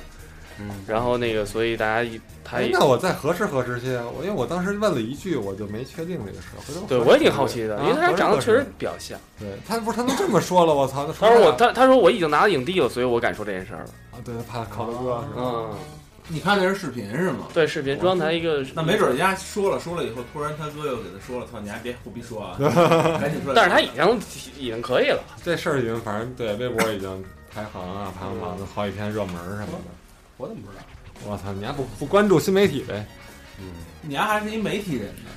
Speaker 2: 嗯，
Speaker 5: 然后那个所以大家一他
Speaker 7: 哎
Speaker 5: 也，
Speaker 7: 那我再核实核实去啊，我因为我当时问了一句，我就没确定这个事儿。回头
Speaker 5: 对
Speaker 7: 核实
Speaker 5: 我也挺好奇的，
Speaker 7: 啊
Speaker 5: 因为他
Speaker 7: 核实
Speaker 5: 长得
Speaker 7: 核
Speaker 5: 确
Speaker 7: 实
Speaker 5: 实比较像。啊
Speaker 7: 对他不是他都这么说了，我操！
Speaker 5: 他说
Speaker 7: 说
Speaker 5: 我他他说我已经拿了影帝了，所以我敢说这件事儿了。
Speaker 7: 啊，对，怕考德哥是 吧？
Speaker 5: 嗯，
Speaker 3: 你看那是视频是吗？
Speaker 5: 对，视频中央台一个，
Speaker 8: 那没准人家说了说了以后，突然他哥又给他说了，操，你还别胡逼说 啊，赶紧说。
Speaker 5: 但是他已经已经可以了。
Speaker 7: 这事儿已经反正对微博已经排行啊排行榜都好几天热门儿什么的。
Speaker 2: 我怎么不知道？
Speaker 7: 我操，你还不不关注新媒体呗？
Speaker 8: 你丫还是一媒体人呢，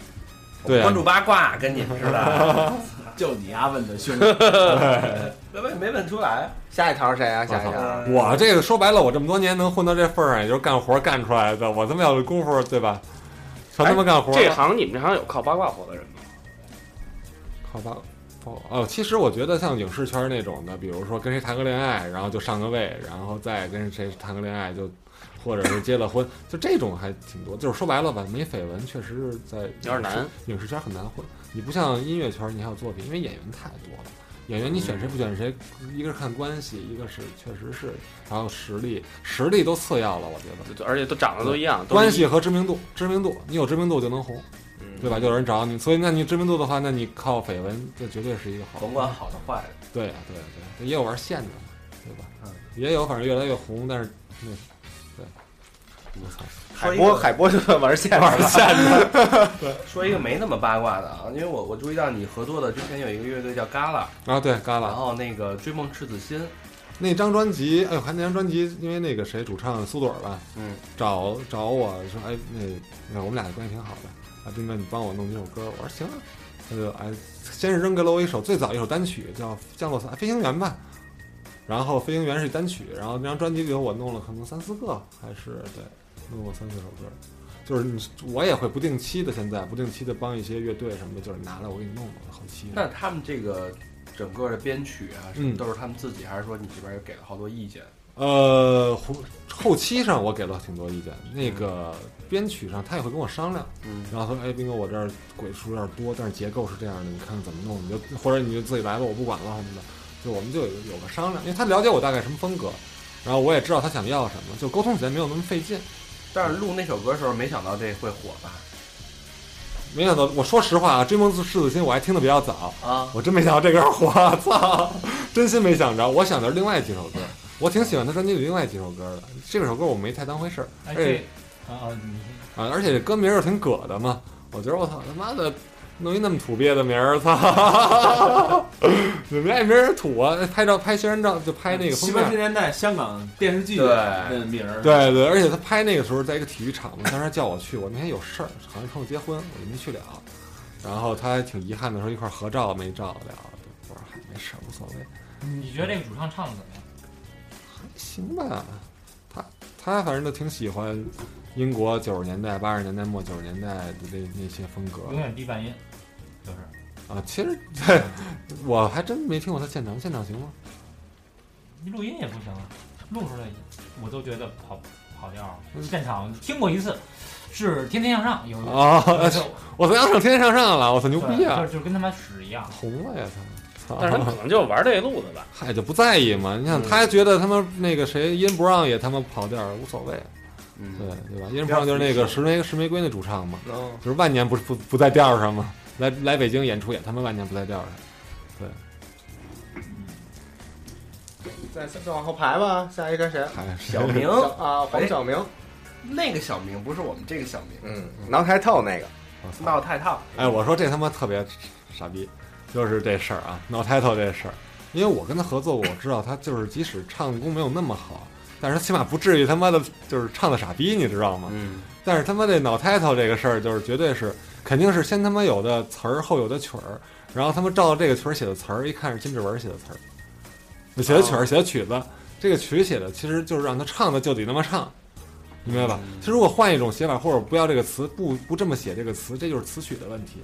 Speaker 7: 对啊
Speaker 2: 关，注八卦跟你们似的，
Speaker 8: 就你丫问的凶。
Speaker 2: 没问没问出来。
Speaker 6: 下一条是谁啊？下一条，
Speaker 7: 我这个说白了，我这么多年能混到这份儿上，也就是干活儿干出来的。我他妈要有功夫，对吧？全他妈干活儿。
Speaker 5: 哎这行你们这行有靠八卦火的人吗？
Speaker 7: 好吧，哦哦，其实我觉得像影视圈那种的，比如说跟谁谈个恋爱，然后就上个位，然后再跟谁谈个恋爱就，或者是结了婚，就这种还挺多。就是说白了吧，没绯闻确实是在有
Speaker 5: 有点难。
Speaker 7: 影视圈很难混。你不像音乐圈，你还有作品，因为演员太多了。演员你选谁不选谁，一个是看关系，一个是确实是，还有实力，实力都次要了，我觉得。
Speaker 5: 就而且都长得都一样，嗯都是
Speaker 7: 关
Speaker 5: 一
Speaker 7: 系和知名度，知名度，你有知名度就能红，对吧？就有人找你，所以那你知名度的话，那你靠绯闻，这绝对是一个好。
Speaker 2: 甭管好的坏的，
Speaker 7: 对呀、啊对呀、对、呀，也有玩线的，对吧？
Speaker 2: 嗯，
Speaker 7: 也有，反正越来越红，但是那，对，我操，
Speaker 2: 说
Speaker 6: 海
Speaker 2: 一
Speaker 6: 波，
Speaker 2: 个
Speaker 6: 海波就算玩线了，
Speaker 2: 说一个没那么八卦的啊，因为我我注意到你合作的之前有一个乐队叫 Gala，
Speaker 7: 啊，对，嘎
Speaker 2: 然
Speaker 7: 啦，
Speaker 2: 后那个追梦赤子心，
Speaker 7: 那张专辑，哎呦，还那张专辑，因为那个谁主唱苏朵儿吧，
Speaker 2: 嗯，
Speaker 7: 找找我说，哎，那那我们俩关系挺好的，啊，斌哥，你帮我弄这首歌，我说行啊，他就哎，先是扔给了我一首最早一首单曲叫《降落伞飞行员》吧，然后《飞行员》是单曲，然后那张专辑里头我弄了可能三四个，还是对，弄过三四首歌，就是你我也会不定期的，现在不定期的帮一些乐队什么的，就是拿来我给你弄弄后
Speaker 5: 嗯
Speaker 7: 期。啊
Speaker 2: 那他们这个整个的编曲啊，什么
Speaker 7: 嗯
Speaker 2: 都是他们自己，还是说你这边也给了好多意见？
Speaker 7: 呃，后后期上我给了挺多意见，那个编曲上他也会跟我商量，
Speaker 2: 嗯
Speaker 7: 然后说，哎，斌哥，我这儿鬼数有点多，但是结构是这样的，你看看怎么弄，你就或者你就自己来吧，我不管了什么的，就我们就有有个商量，因为他了解我大概什么风格，然后我也知道他想要什么，就沟通起来没有那么费劲。
Speaker 2: 但是录那首歌的时候，没想到这会火吧？
Speaker 7: 没想到，我说实话啊，《追梦赤子心》我还听的比较早，
Speaker 2: 啊，
Speaker 7: 我真没想到这歌火，操！真心没想着，我想的是另外几首歌，我挺喜欢他专辑里另外几首歌的，这首歌我没太当回事儿，
Speaker 4: 哎
Speaker 7: 而且
Speaker 4: 这啊啊你
Speaker 7: 啊，而且这歌名儿又挺葛的嘛，我觉得我操他妈的，弄一那么土鳖的名儿，操！你们爱没人土啊？拍照拍宣传照就拍那个封
Speaker 8: 七八十
Speaker 7: 面，
Speaker 8: 年代香港电视剧
Speaker 2: 对
Speaker 8: 的名儿，
Speaker 7: 对对，而且他拍那个时候在一个体育场嘛，当时叫我去，我那天有事儿，好像朋友结婚，我就没去了。然后他还挺遗憾的说一块儿合照没照了，我说嗨没事儿无所谓，
Speaker 4: 你觉得这个主唱唱的怎么样？
Speaker 7: 行吧。他他反正都挺喜欢英国九十年代、八十年代末九十年代的那那些风格，
Speaker 4: 永远低半音，就是
Speaker 7: 啊，其实 对，我还真没听过他现场，现场行吗？
Speaker 4: 你录音也不行啊，录出来我都觉得跑跑调儿
Speaker 7: 嗯。
Speaker 4: 现场听过一次，是《天天向上》有一个
Speaker 7: 啊，
Speaker 4: 有一次
Speaker 7: 我操，要上天天上上了，我操，牛
Speaker 4: 对
Speaker 7: 逼
Speaker 4: 就
Speaker 7: 啊
Speaker 4: 是，就是跟他妈屎一样。
Speaker 7: 红了呀，他
Speaker 5: 但是嗯他们
Speaker 7: 操
Speaker 5: 可，能就玩这路子吧。
Speaker 7: 嗨，就不在意嘛。你想，他觉得他妈那个谁，音不让也他妈跑调儿，无所谓，对
Speaker 2: 嗯，
Speaker 7: 对吧？音不让就是那
Speaker 2: 不要
Speaker 7: 个
Speaker 2: 自
Speaker 7: 石玫石玫瑰那主唱嘛，
Speaker 6: 嗯
Speaker 7: 就是万年不不不在调儿上嘛，来来北京演出也他妈万年不在调儿上。
Speaker 6: 再再往后排吧，下一个谁？
Speaker 7: 嗨，
Speaker 2: 小明
Speaker 8: 哎
Speaker 6: 小，啊，黄晓明，
Speaker 2: 那个小明不是我们这个小明，
Speaker 8: 嗯
Speaker 6: 嗯，挠开透那个，
Speaker 7: 我操
Speaker 2: 闹太烫。
Speaker 7: 哎，我说这他妈特别傻逼，就是这事儿啊，闹 title 这事儿，因为我跟他合作，我知道他就是即使唱功没有那么好，但是他起码不至于他妈的就是唱的傻逼，你知道吗？
Speaker 5: 嗯，
Speaker 7: 但是他妈这脑 title 这个事儿，就是绝对是肯定是先他妈有的词儿，后有的曲儿，然后他们照着这个曲儿写的词儿，一看是金志文写的词儿，写的曲儿写的曲子，这个曲写的其实就是让他唱的就得那么唱，明白吧？
Speaker 5: 嗯
Speaker 7: 其实如果换一种写法，或者不要这个词，不不这么写这个词，这就是词曲的问题，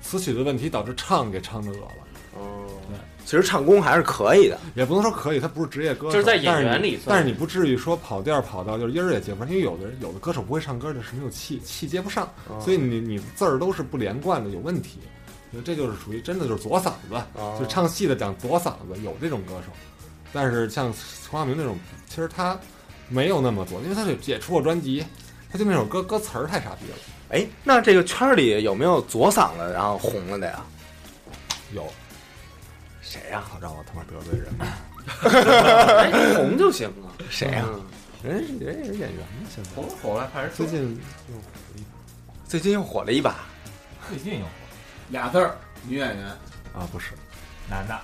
Speaker 7: 词曲的问题导致唱给唱得恶了，
Speaker 5: 哦，
Speaker 6: 其实唱功还是可以的，
Speaker 7: 也不能说可以，他不是职业歌手，
Speaker 5: 就是在演
Speaker 7: 但你
Speaker 5: 员里算
Speaker 7: 但是你不至于说跑调儿跑到就是音儿也接不上，因为有的人有的歌手不会唱歌的是没有气，气接不上。所以你你字儿都是不连贯的，有问题。所以这就是属于真的就是左嗓子，
Speaker 5: 哦
Speaker 7: 就唱戏的讲左嗓子，有这种歌手。但是像黄晓明那种，其实他没有那么左，因为他也也出过专辑，他就那首歌歌词儿太傻逼了。
Speaker 6: 哎，那这个圈儿里有没有左嗓子然后红了的呀？
Speaker 7: 有，
Speaker 6: 谁呀、
Speaker 7: 好让我他妈得罪人，
Speaker 5: 哎，红就行了。
Speaker 6: 谁呀、
Speaker 5: 嗯
Speaker 7: 人人也是演员嘛，现在
Speaker 2: 红红了，反正
Speaker 7: 最近
Speaker 6: 最近又火了一把，
Speaker 4: 最近有
Speaker 3: 俩字儿，女演员。
Speaker 7: 又啊不是，
Speaker 4: 男的，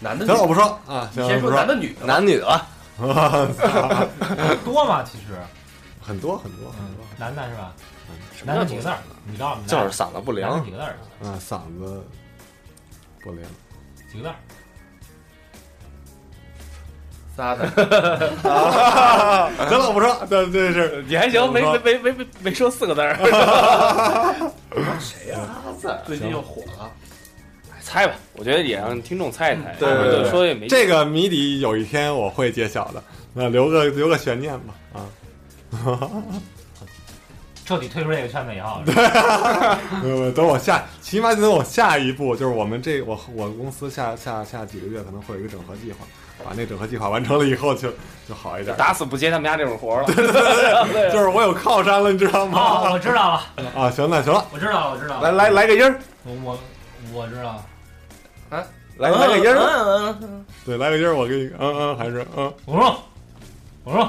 Speaker 2: 男的
Speaker 7: 行
Speaker 2: 女
Speaker 7: 了我
Speaker 2: 的，
Speaker 7: 不说啊，
Speaker 2: 你
Speaker 7: 行了
Speaker 2: 先说
Speaker 7: 我不
Speaker 2: 男
Speaker 7: 说，
Speaker 2: 的女的吧。
Speaker 6: 男女的吧？
Speaker 4: 多吗？其实，
Speaker 7: 很多很多很
Speaker 4: 嗯
Speaker 7: 多，
Speaker 4: 男的是吧？
Speaker 5: 什么
Speaker 4: 男
Speaker 5: 叫
Speaker 4: 的几
Speaker 5: 左
Speaker 4: 个字儿？你告诉我们，
Speaker 6: 就是嗓子不
Speaker 4: 男的
Speaker 6: 灵
Speaker 4: 几，个字儿？
Speaker 7: 啊嗓子不灵，
Speaker 4: 几个字儿？
Speaker 2: 仨 的，
Speaker 7: 得了我不说，这这是
Speaker 5: 你还行，没
Speaker 7: 我
Speaker 5: 没没没没没说四个字儿，
Speaker 2: 最近又火了。
Speaker 5: 哎猜吧。我觉得也让听众猜一猜，
Speaker 7: 对对嗯对
Speaker 5: 我就说也没
Speaker 7: 这个谜底有一天我会揭晓的，那留个留个悬念吧啊！
Speaker 4: 彻底退出这个圈子以后，
Speaker 7: 呃，等我下，起码等我下一步就是我们这我我公司下下下几个月可能会有一个整合计划，把那整合计划完成了以后就就好一点。
Speaker 5: 打死不接他们家这种活 儿了。
Speaker 7: 就是我有靠山了，你知道
Speaker 4: 哦，
Speaker 7: 吗？
Speaker 4: 我知道了，
Speaker 7: 啊，行了行了，
Speaker 4: 我知道了，我知道
Speaker 6: 来
Speaker 4: 了，
Speaker 6: 来来个音儿，
Speaker 4: 我我我知道了，
Speaker 6: 来来个音儿，
Speaker 2: 嗯嗯嗯
Speaker 7: 对，来个音儿，我给你，嗯嗯，还是嗯，
Speaker 4: 我说，我说，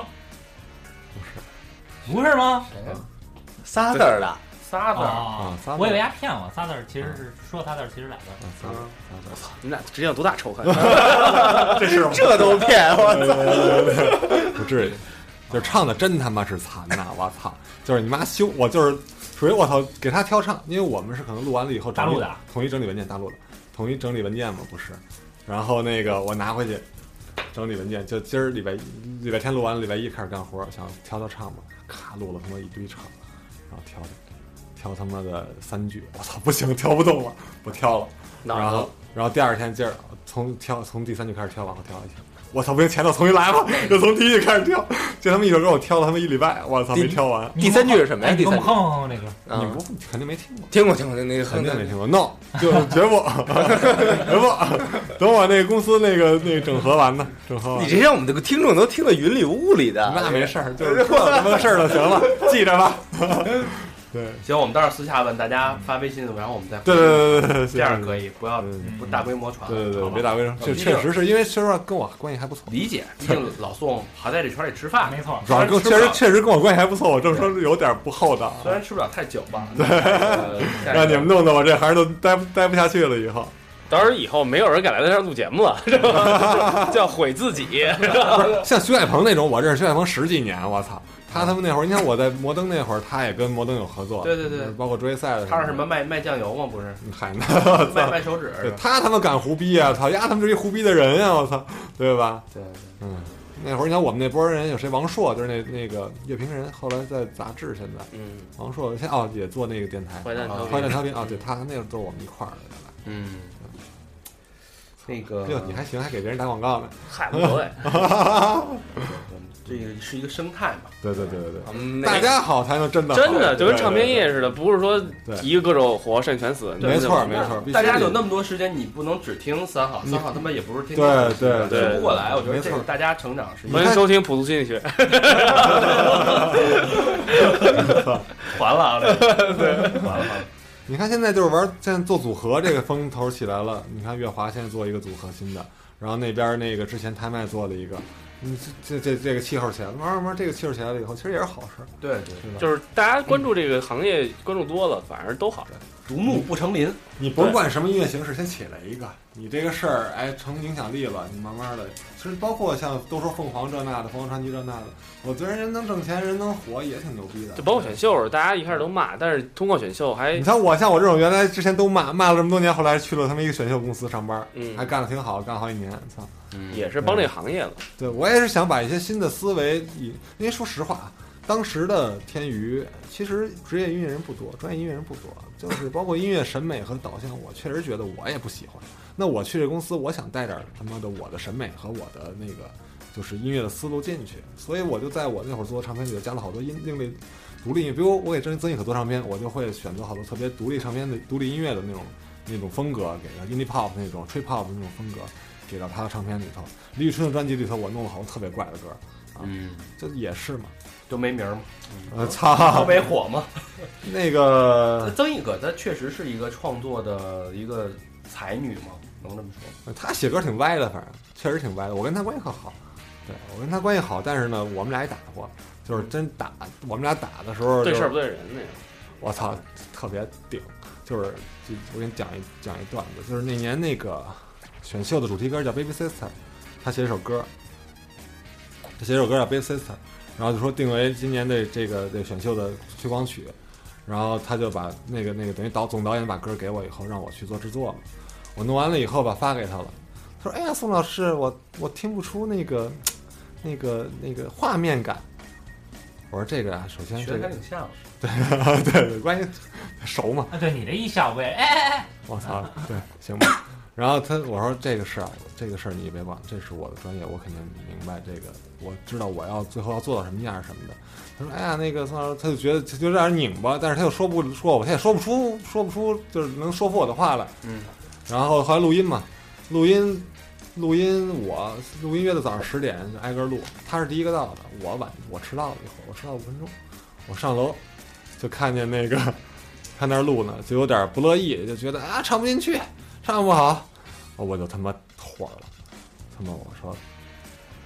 Speaker 4: 不是，不是吗？
Speaker 6: 仨字儿的，
Speaker 2: 仨字儿，
Speaker 4: 啊
Speaker 7: 啊仨字儿
Speaker 4: 我以为他骗我，仨字儿其实是说仨字儿，其实俩字儿。
Speaker 7: 啊仨字儿仨字
Speaker 5: 你们俩之间有多大仇恨？
Speaker 7: 儿这是我
Speaker 6: 这都骗我操！
Speaker 7: 不至于，就是唱的真他妈是惨呐！我操，就是你妈修，我就是属于我操，给他挑唱，因为我们是可能录完了以后
Speaker 4: 大
Speaker 7: 整理
Speaker 4: 陆的啊
Speaker 7: 统一整理文件，大陆的统一整理文件嘛，不是？然后那个我拿回去整理文件，就今儿礼拜一礼拜天录完了，礼拜一开始干活，想挑挑唱嘛，咔录了他妈一堆唱，然后挑的挑他妈的三句，我操，不行，挑不动了，不挑了。然后然后第二天接着从挑从第三句开始挑，往后挑一挑。我操，不行，前头重新来吧，又从第一句开始挑，就他们一首歌我挑了他们一礼拜，我操没挑完。
Speaker 6: 第三句是什么呀
Speaker 4: 哎你
Speaker 6: 第
Speaker 4: 给
Speaker 6: 三
Speaker 4: 我
Speaker 6: 句
Speaker 4: 哼哼哼那个，
Speaker 7: 你
Speaker 6: 嗯
Speaker 7: 不肯定没听过，
Speaker 6: 听过听过那个
Speaker 7: 肯定没听过，no，就是绝不绝不。等我那公司那个那整合完呢，整合完
Speaker 6: 你。这让我们这个听众都听得云里雾里的。
Speaker 7: 那没事儿，就是出了什么事儿了，行了，记着吧。对
Speaker 2: 行，我们待会儿私下问大家发微信，然后我们再
Speaker 7: 对对对对对，
Speaker 2: 这样可以，不要
Speaker 7: 嗯。
Speaker 2: 不大规模传，
Speaker 7: 对
Speaker 2: 啊好
Speaker 7: 对对，
Speaker 2: 吧呃
Speaker 7: 别打卫生，这确实是因为说实话跟我关系还不错，
Speaker 2: 理解，毕竟老宋还在这圈里吃饭，
Speaker 4: 嗯没错，
Speaker 7: 主要跟确实确实跟我关系还不错，我这么说有点不厚道啊。
Speaker 2: 虽然吃不了太久 吧，呃下一个
Speaker 7: 嗯让你们弄得我这行都待不待不下去了。以后
Speaker 5: 到时候以后没有人敢来在这儿录节目了，是 吧？叫毁自己。
Speaker 7: 像徐海鹏那种，我认识徐海鹏十几年，我操，他他们那会儿，你看我在摩登那会儿，他也跟摩登有合作，
Speaker 2: 对对对
Speaker 7: 包括追赛的时 候，
Speaker 2: 他是什么卖卖酱油吗？不是
Speaker 7: 海南，我
Speaker 2: 卖
Speaker 7: 操，
Speaker 2: 卖手指是
Speaker 7: 对
Speaker 2: 吧？
Speaker 7: 他他妈敢胡逼啊，操，丫他们是一胡逼的人啊，我操，对吧？
Speaker 2: 对，对
Speaker 7: 嗯，那会儿你看我们那波人有谁？王朔就是那那个乐评人，后来在杂志，现在
Speaker 5: 嗯
Speaker 7: 王朔现在哦也做那个电台，
Speaker 5: 坏蛋调频
Speaker 7: 坏蛋调频啊，对他那个都是我们一块儿的。原来
Speaker 5: 嗯，
Speaker 2: 那个
Speaker 6: 嗯
Speaker 7: 哟，你还行，还给别人打广告呢。
Speaker 5: 嗨， 无所谓。哎
Speaker 2: 我们这个是一个生态嘛，
Speaker 7: 对对对对对，
Speaker 6: 嗯，那
Speaker 7: 大家好才能真的好
Speaker 5: 真的就跟唱
Speaker 7: 对
Speaker 5: 片。
Speaker 7: 对对
Speaker 5: 业似的，不是说一个歌手火剩全死，
Speaker 7: 没错
Speaker 5: 真
Speaker 7: 没
Speaker 5: 的
Speaker 7: 错，必须
Speaker 2: 大家
Speaker 7: 得
Speaker 2: 有那么多时间，你不能只听三好，
Speaker 7: 你
Speaker 2: 三好他妈也不是天天听
Speaker 7: 对
Speaker 2: 的
Speaker 7: 对
Speaker 2: 听不过来。我觉得
Speaker 7: 没
Speaker 2: 这
Speaker 7: 错
Speaker 2: 个大家成长是一个
Speaker 5: 欢迎收听《朴素心理学》，
Speaker 2: 完了啊，对，完了。
Speaker 7: 你看现在就是玩，现在做组合这个风头起来了。你看月华现在做一个组合新的，然后那边那个之前拍卖做了一个，嗯，这这这这个气候起来了，慢慢慢慢这个气候起来了以后，其实也是好事儿，
Speaker 2: 对对，
Speaker 7: 对吧？
Speaker 5: 就是大家关注这个行业关注多了，反而都好。
Speaker 2: 独木不成林，
Speaker 7: 你甭管什么音乐形式，先起来一个，你这个事儿哎成影响力了，你慢慢的，其实包括像都说凤凰这那的，凤凰传奇这那的，我觉得人能挣钱，人能火也挺牛逼的。
Speaker 5: 就包括选秀，大家一开始都骂，但是通过选秀还
Speaker 7: 你像我，像我这种原来之前都骂骂了这么多年，后来去了他们一个选秀公司上班，
Speaker 5: 嗯
Speaker 7: 还干得挺好，干了好几年。操，
Speaker 5: 也是帮这个行业了。
Speaker 7: 对我也是想把一些新的思维以，因为说实话，啊当时的天娱其实职业音乐人不多，专业音乐人不多，就是包括音乐审美和导向，我确实觉得我也不喜欢。那我去这公司，我想带点儿他妈的我的审美和我的那个就是音乐的思路进去，所以我就在我那会儿做唱片里头加了好多音另类独立，比如我给曾曾轶可做唱片，我就会选择好多特别独立唱片的独立音乐的那种那种风格，给他 indie pop 那种 trip hop 那种风格，给到他的唱片里头。李宇春的专辑里头，我弄了好多特别怪的歌，
Speaker 2: 嗯，
Speaker 7: 这也是嘛。
Speaker 2: 都没名儿嘛，
Speaker 7: 呃，
Speaker 2: 都
Speaker 7: 操，
Speaker 2: 没火嘛。
Speaker 7: 那个
Speaker 2: 曾轶可她确实是一个创作的一个才女嘛，能这么说吗。
Speaker 7: 他写歌挺歪的，反正确实挺歪的。我跟他关系可好，对我跟他关系好，但是呢，我们俩也打过，就是真打，我们俩打的时候、就
Speaker 5: 对
Speaker 7: 是，
Speaker 5: 事儿不对人那个。
Speaker 7: 我操，特别顶。就是就我给你讲一讲一段子，就是那年那个选秀的主题歌叫《Baby Sister》，他写了一首歌，他写了一首歌叫《Baby Sister》，然后就说定为今年的这个这个选秀的推广曲，然后他就把那个那个等于导总导演把歌给我以后，让我去做制作嘛。我弄完了以后吧，发给他了。他说：“哎呀，宋老师，我我听不出那个那个那个画面感。”我说：“这个啊，首先
Speaker 2: 学
Speaker 7: 这
Speaker 2: 的
Speaker 7: 个
Speaker 2: 还挺像的，
Speaker 7: 对对， 关系熟嘛。”
Speaker 4: 啊，对你这一笑，我也哎哎哎，
Speaker 7: 我操，对，行吧。然后他我说这个事儿，这个事儿你也别管，这是我的专业，我肯定明白这个，我知道我要最后要做到什么样儿什么的。他说哎呀，那个宋老师，他就觉得他就有点拧巴，但是他又说不说我，他也说不出说不出就是能说服我的话来。
Speaker 2: 嗯。
Speaker 7: 然后后来录音嘛，录音录音我录音约的早上十点挨个录，他是第一个到的，我晚我迟到了一会儿，我迟到五分钟，我上楼就看见那个。他那儿录呢，就有点不乐意，就觉得啊唱不进去，唱不好，我就他妈火了，他妈我说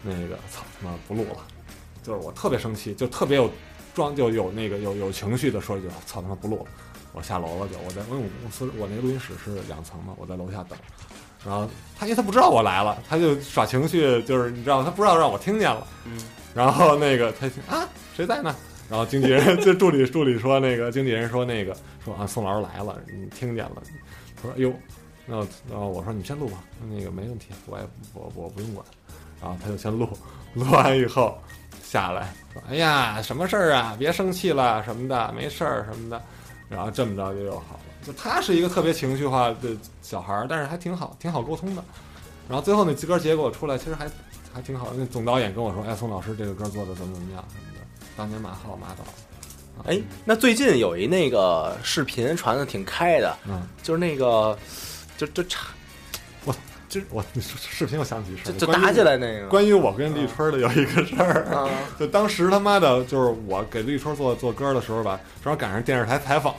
Speaker 7: 那个操他妈不录了，就是我特别生气，就特别有装就有那个有有情绪的说一句操他妈不录了，我下楼了就我在因为我们公司我那个录音室是两层嘛，我在楼下等，然后他因为他不知道我来了，他就耍情绪，就是你知道他不知道让我听见了，
Speaker 5: 嗯，
Speaker 7: 然后那个他一听啊谁在呢？然后经纪人就助理助理说那个经纪人说那个说啊宋老师来了，你听见了？他说哎呦，那然后我说你先录吧，那个没问题，我也我我不用管。然后他就先录，录完以后下来说哎呀什么事儿啊，别生气了什么的，没事儿什么的。然后这么着就又好了。就他是一个特别情绪化的小孩儿，但是还挺好，挺好沟通的。然后最后那歌结果出来，其实还还挺好。那总导演跟我说，哎，宋老师这个歌做的怎么怎么样什么的。当年马浩马导，
Speaker 6: 哎，那最近有一那个视频传的挺开的，
Speaker 7: 嗯，
Speaker 6: 就是那个，就就差
Speaker 7: 我 你说视频我想起一事
Speaker 6: 就
Speaker 7: 儿，
Speaker 6: 就
Speaker 7: 关于
Speaker 6: 打起。来那个，
Speaker 7: 关于我跟立春儿的有一个事儿，
Speaker 6: 啊，
Speaker 7: 就当时他妈的，就是我给立春做做歌的时候吧，正好赶上电视台采访，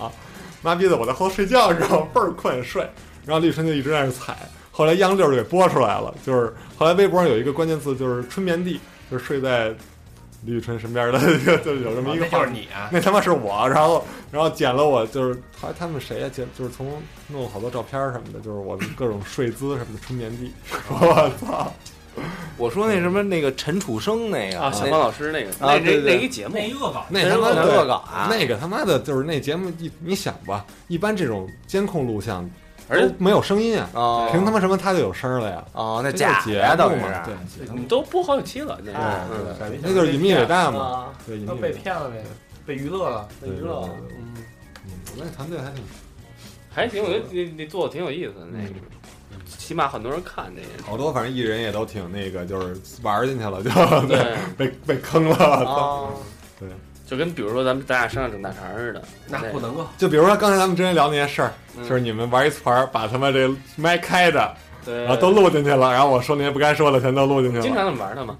Speaker 7: 妈逼的我在后头睡觉，你知道吗？倍儿困睡，然后立春就一直在那踩，后来央六就给播出来了，就是后来微博上有一个关键字就是春眠地，就是睡在立春身边的一个，就是有这么一个
Speaker 2: 那
Speaker 7: 画
Speaker 2: 就
Speaker 7: 面
Speaker 2: 是你啊，
Speaker 7: 那他妈是我，然后然后剪了我，就是后来他们谁呀、啊剪就是从弄了好多照片什么的，就是我的各种睡姿什么的，春眠地， 我操，
Speaker 6: 我说那什么那个陈楚生那个
Speaker 5: 啊，小
Speaker 6: 那
Speaker 5: 芳老师那个，
Speaker 6: 啊
Speaker 5: 那那
Speaker 6: 对对
Speaker 5: 那一节目
Speaker 4: 那一恶搞，
Speaker 7: 那他妈
Speaker 6: 那
Speaker 7: 的
Speaker 6: 是恶搞啊
Speaker 7: 那个他妈的就是那节目一你想吧，一般这种监控录像
Speaker 5: 而且
Speaker 7: 都没有声音啊，
Speaker 6: 哦
Speaker 7: 凭他妈什么他就有声儿了呀？
Speaker 6: 哦，那
Speaker 7: 这
Speaker 6: 假
Speaker 7: 就是节
Speaker 6: 的等
Speaker 7: 目
Speaker 6: 于
Speaker 7: 嘛，对
Speaker 6: 是，
Speaker 7: 节
Speaker 5: 你
Speaker 7: 目
Speaker 5: 都播好几期了，那
Speaker 7: 对
Speaker 5: 个
Speaker 7: 对对那就是隐秘伟大嘛，
Speaker 6: 啊
Speaker 7: 对嗯隐秘
Speaker 2: 都被
Speaker 7: 伟大，
Speaker 2: 骗了呗，被娱乐了。
Speaker 7: 对
Speaker 6: 娱乐
Speaker 7: 对
Speaker 6: 了
Speaker 7: 对对
Speaker 2: 嗯，
Speaker 7: 嗯我那团队还挺
Speaker 5: 还行，我觉得你你做的挺有意思的那个，起码很多人看这个。
Speaker 7: 好多，反正艺人也都挺那个，就是玩儿进去了，就
Speaker 5: 对，
Speaker 7: 被被坑了。
Speaker 6: 啊，
Speaker 5: 就跟比如说咱们咱俩商量整大肠似的，
Speaker 2: 那不能够，
Speaker 7: 就比如说刚才咱们之前聊那些事儿，
Speaker 5: 嗯
Speaker 7: 就是你们玩一团儿，把他妈这麦开着，
Speaker 5: 对
Speaker 7: 然后都录进去了，然后我说那些不该说的全都录进去
Speaker 5: 经
Speaker 7: 了。
Speaker 5: 常这么玩的嘛。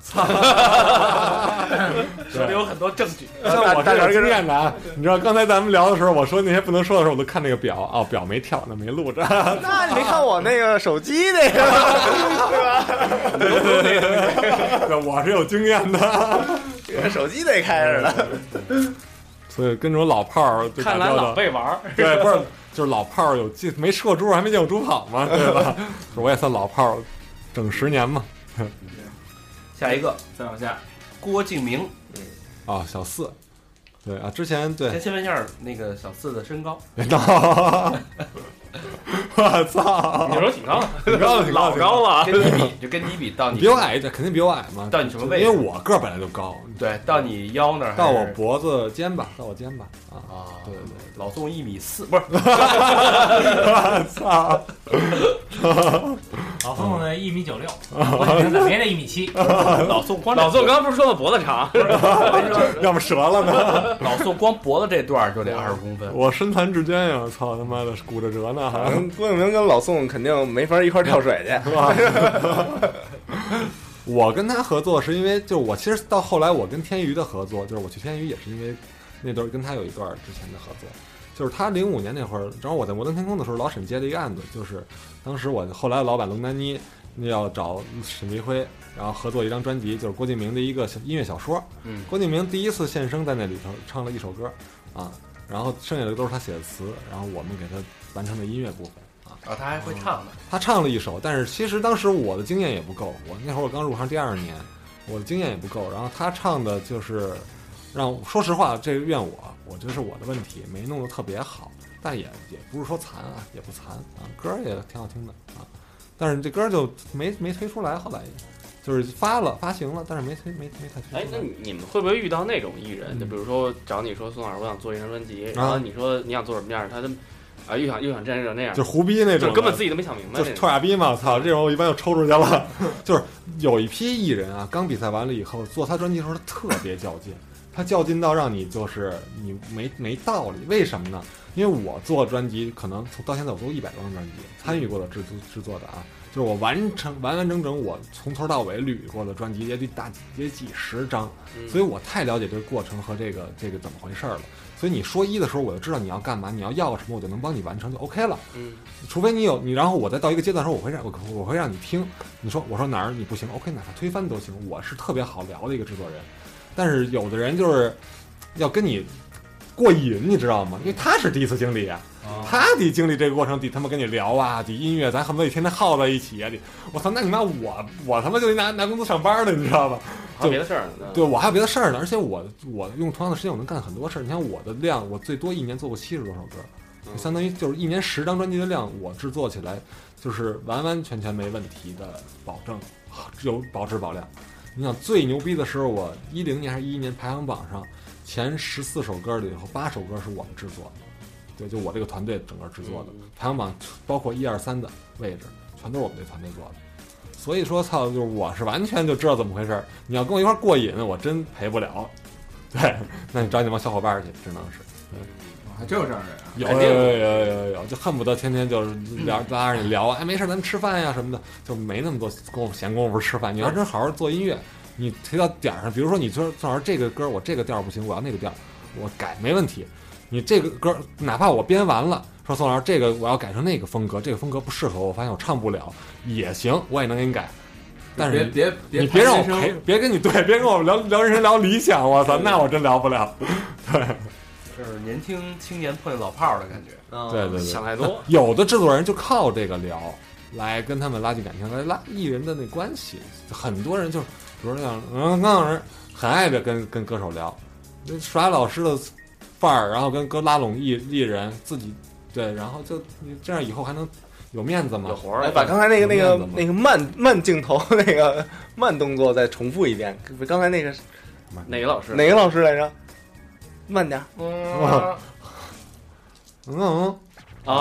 Speaker 2: 手里有很多证据，
Speaker 7: 像我是有经验的 啊，你知道刚才咱们聊的时候，我说那些不能说的时候，我都看那个表啊、哦，表没跳，那没录着。
Speaker 6: 那你没看我那个手机那个？
Speaker 7: 对我是有经验的，
Speaker 6: 手机得开着呢。
Speaker 7: 所以跟这种老炮儿就
Speaker 5: 看
Speaker 7: 打
Speaker 5: 来
Speaker 7: 交道
Speaker 5: 老被玩儿，
Speaker 7: 对，不是，就是老炮儿有进没射猪，还没见过猪跑嘛，对吧？ 就是我也算老炮儿，整十年嘛。
Speaker 2: 下一个
Speaker 8: 再往下，
Speaker 2: 郭敬明，
Speaker 7: 啊、小四，对啊，之前对
Speaker 5: 哎
Speaker 2: 先，先问一下那个小四的身高，
Speaker 7: 别闹，我操，
Speaker 5: 有时候挺高的，
Speaker 7: 挺高的，挺高
Speaker 5: 老
Speaker 7: 的，
Speaker 5: 高了啊。
Speaker 2: 跟你比就跟你比到
Speaker 7: 挺高的
Speaker 2: 你
Speaker 7: 比我，矮，对，肯定比我矮嘛。
Speaker 2: 到你什么位置
Speaker 7: 因为我个儿本来就高，
Speaker 2: 对，到你腰那儿还是，
Speaker 7: 到我脖子肩膀，到我肩膀啊。
Speaker 2: 啊，
Speaker 7: 对对对，
Speaker 2: 老宋一米四，不是
Speaker 7: 我操，
Speaker 4: 老宋呢一米 九六，我已经在别的一米七，
Speaker 2: 老宋光
Speaker 5: 老宋刚刚不是说了脖子长？
Speaker 7: 要么折了呢？
Speaker 2: 老宋光脖子这段儿就得二十公分，
Speaker 7: 我身残志坚呀！我操他妈的，骨着折呢还。
Speaker 6: 郭敬明跟老宋肯定没法一块儿跳水去。
Speaker 7: 我跟他合作是因为，就是我其实到后来我跟天娱的合作，就是我去天娱也是因为那段跟他有一段之前的合作，就是他零五年那会儿，正好我在摩登天空的时候，老沈接了一个案子，就是当时我后来的老板龙丹妮要找沈黎辉，然后合作一张专辑，就是郭敬明的一个小音乐小说。
Speaker 2: 嗯，
Speaker 7: 郭敬明第一次现身在那里头唱了一首歌啊，然后剩下的都是他写的词，然后我们给他完成的音乐部分。
Speaker 2: 啊，他还会唱呢，
Speaker 7: 他唱了一首，但是其实当时我的经验也不够，我那会儿我刚入行第二年，我的经验也不够。然后他唱的就是让，说实话，这怨我，我觉得是我的问题，没弄得特别好，但也也不是说残啊，也不残啊，歌儿也挺好听的啊，但是这歌儿就没没推出来，后来就是发了发行了，但是没推没没太推
Speaker 5: 哎，
Speaker 7: 出
Speaker 5: 那
Speaker 7: 来。
Speaker 5: 你你们会不会遇到那种艺人？就比如说找你说宋老师，我想做一张专辑，然后你说你想做什么样儿，他就啊又想又想这样又想那样儿，
Speaker 7: 就胡逼那种
Speaker 5: 就
Speaker 7: 的，
Speaker 5: 根本自己都没想明白
Speaker 7: 就是
Speaker 5: 那
Speaker 7: 臭
Speaker 5: 种。
Speaker 7: 傻逼嘛！操，这种我一般就抽出去了。就是有一批艺人啊，刚比赛完了以后，做他专辑的时候，他特别较劲，他较劲到让你就是你没没道理。为什么呢？因为我做专辑，可能从到现在我做过一百多张专辑，参与过的制作制作的啊，就是我完成完完整整我从头到尾捋过的专辑，也得大也几十张。
Speaker 5: 嗯
Speaker 7: 所以我太了解这个过程和这个这个怎么回事儿了。所以你说一的时候，我就知道你要干嘛，你要要什么，我就能帮你完成，就 OK 了。
Speaker 5: 嗯，
Speaker 7: 除非你有你，然后我再到一个阶段的时候，我会让我我会让你听，你说我说哪儿你不行，OK，哪怕推翻都行。我是特别好聊的一个制作人，但是有的人就是要跟你过瘾，你知道吗？因为他是第一次经历啊，他得经历这个过程，得他妈跟你聊啊，得音乐，咱恨不得得天天耗在一起啊，得我操，那你妈我我他妈就得拿拿工资上班了，你知道吧？
Speaker 5: 还有别的事儿呢。
Speaker 7: 对我还有别的事儿呢，而且我我用同样的时间我能干很多事儿。你看我的量，我最多一年做过七十多首歌，
Speaker 5: 嗯
Speaker 7: 相当于就是一年十张专辑的量，我制作起来就是完完全全没问题的保证，有保质保量。你想最牛逼的时候，我一零年还是一一年排行榜上前十四首歌里头八首歌是我们制作的，对，就我这个团队整个制作的
Speaker 5: 嗯
Speaker 7: 排行榜，包括一二三的位置，全都是我们这团队做的。所以说，操，就是我是完全就知道怎么回事儿。你要跟我一块儿过瘾，我真陪不了。对，那你找你那帮小伙伴儿去，只能是
Speaker 3: 嗯还真有这样的人啊。
Speaker 7: 有
Speaker 5: 肯
Speaker 7: 有
Speaker 5: 定
Speaker 7: 有有有有，就恨不得天天就是聊拉着你聊，哎，没事儿，咱们吃饭呀什么的，就没那么多功夫闲工夫吃饭。你要真好好做音乐，你提到点儿上，比如说你说正好这个歌我这个调儿不行，我要那个调儿，我改没问题。你这个歌，哪怕我编完了，说宋老师这个我要改成那个风格，这个风格不适合我，我发现我唱不了也行，我也能给你改。但是
Speaker 3: 别别别，
Speaker 7: 你你别让我
Speaker 3: 谈人生
Speaker 7: 陪，别跟你对，别跟我聊聊人生聊理想，我操，那我真聊不了。
Speaker 2: 就是年轻青年碰见老炮儿的感觉。
Speaker 5: 嗯
Speaker 7: 对
Speaker 6: 啊
Speaker 7: 对对
Speaker 5: 想 太多。
Speaker 7: 有的制作人就靠这个聊来跟他们拉近感情，来拉艺人的那关系。很多人就是，比如像嗯，刚老师很爱着跟跟歌手聊，那耍老师的范儿，然后跟歌拉拢艺艺人，自己对，然后就这样以后还能有面子吗
Speaker 5: 有？活儿
Speaker 6: 哎，
Speaker 5: 了，
Speaker 6: 把刚才那个那
Speaker 7: 有面子
Speaker 6: 个
Speaker 7: 吗
Speaker 6: 那个慢慢镜头那个慢动作再重复一遍。刚才那个
Speaker 5: 哪个老师？
Speaker 6: 哪个老师来着？慢点儿，
Speaker 7: 哇嗯嗯，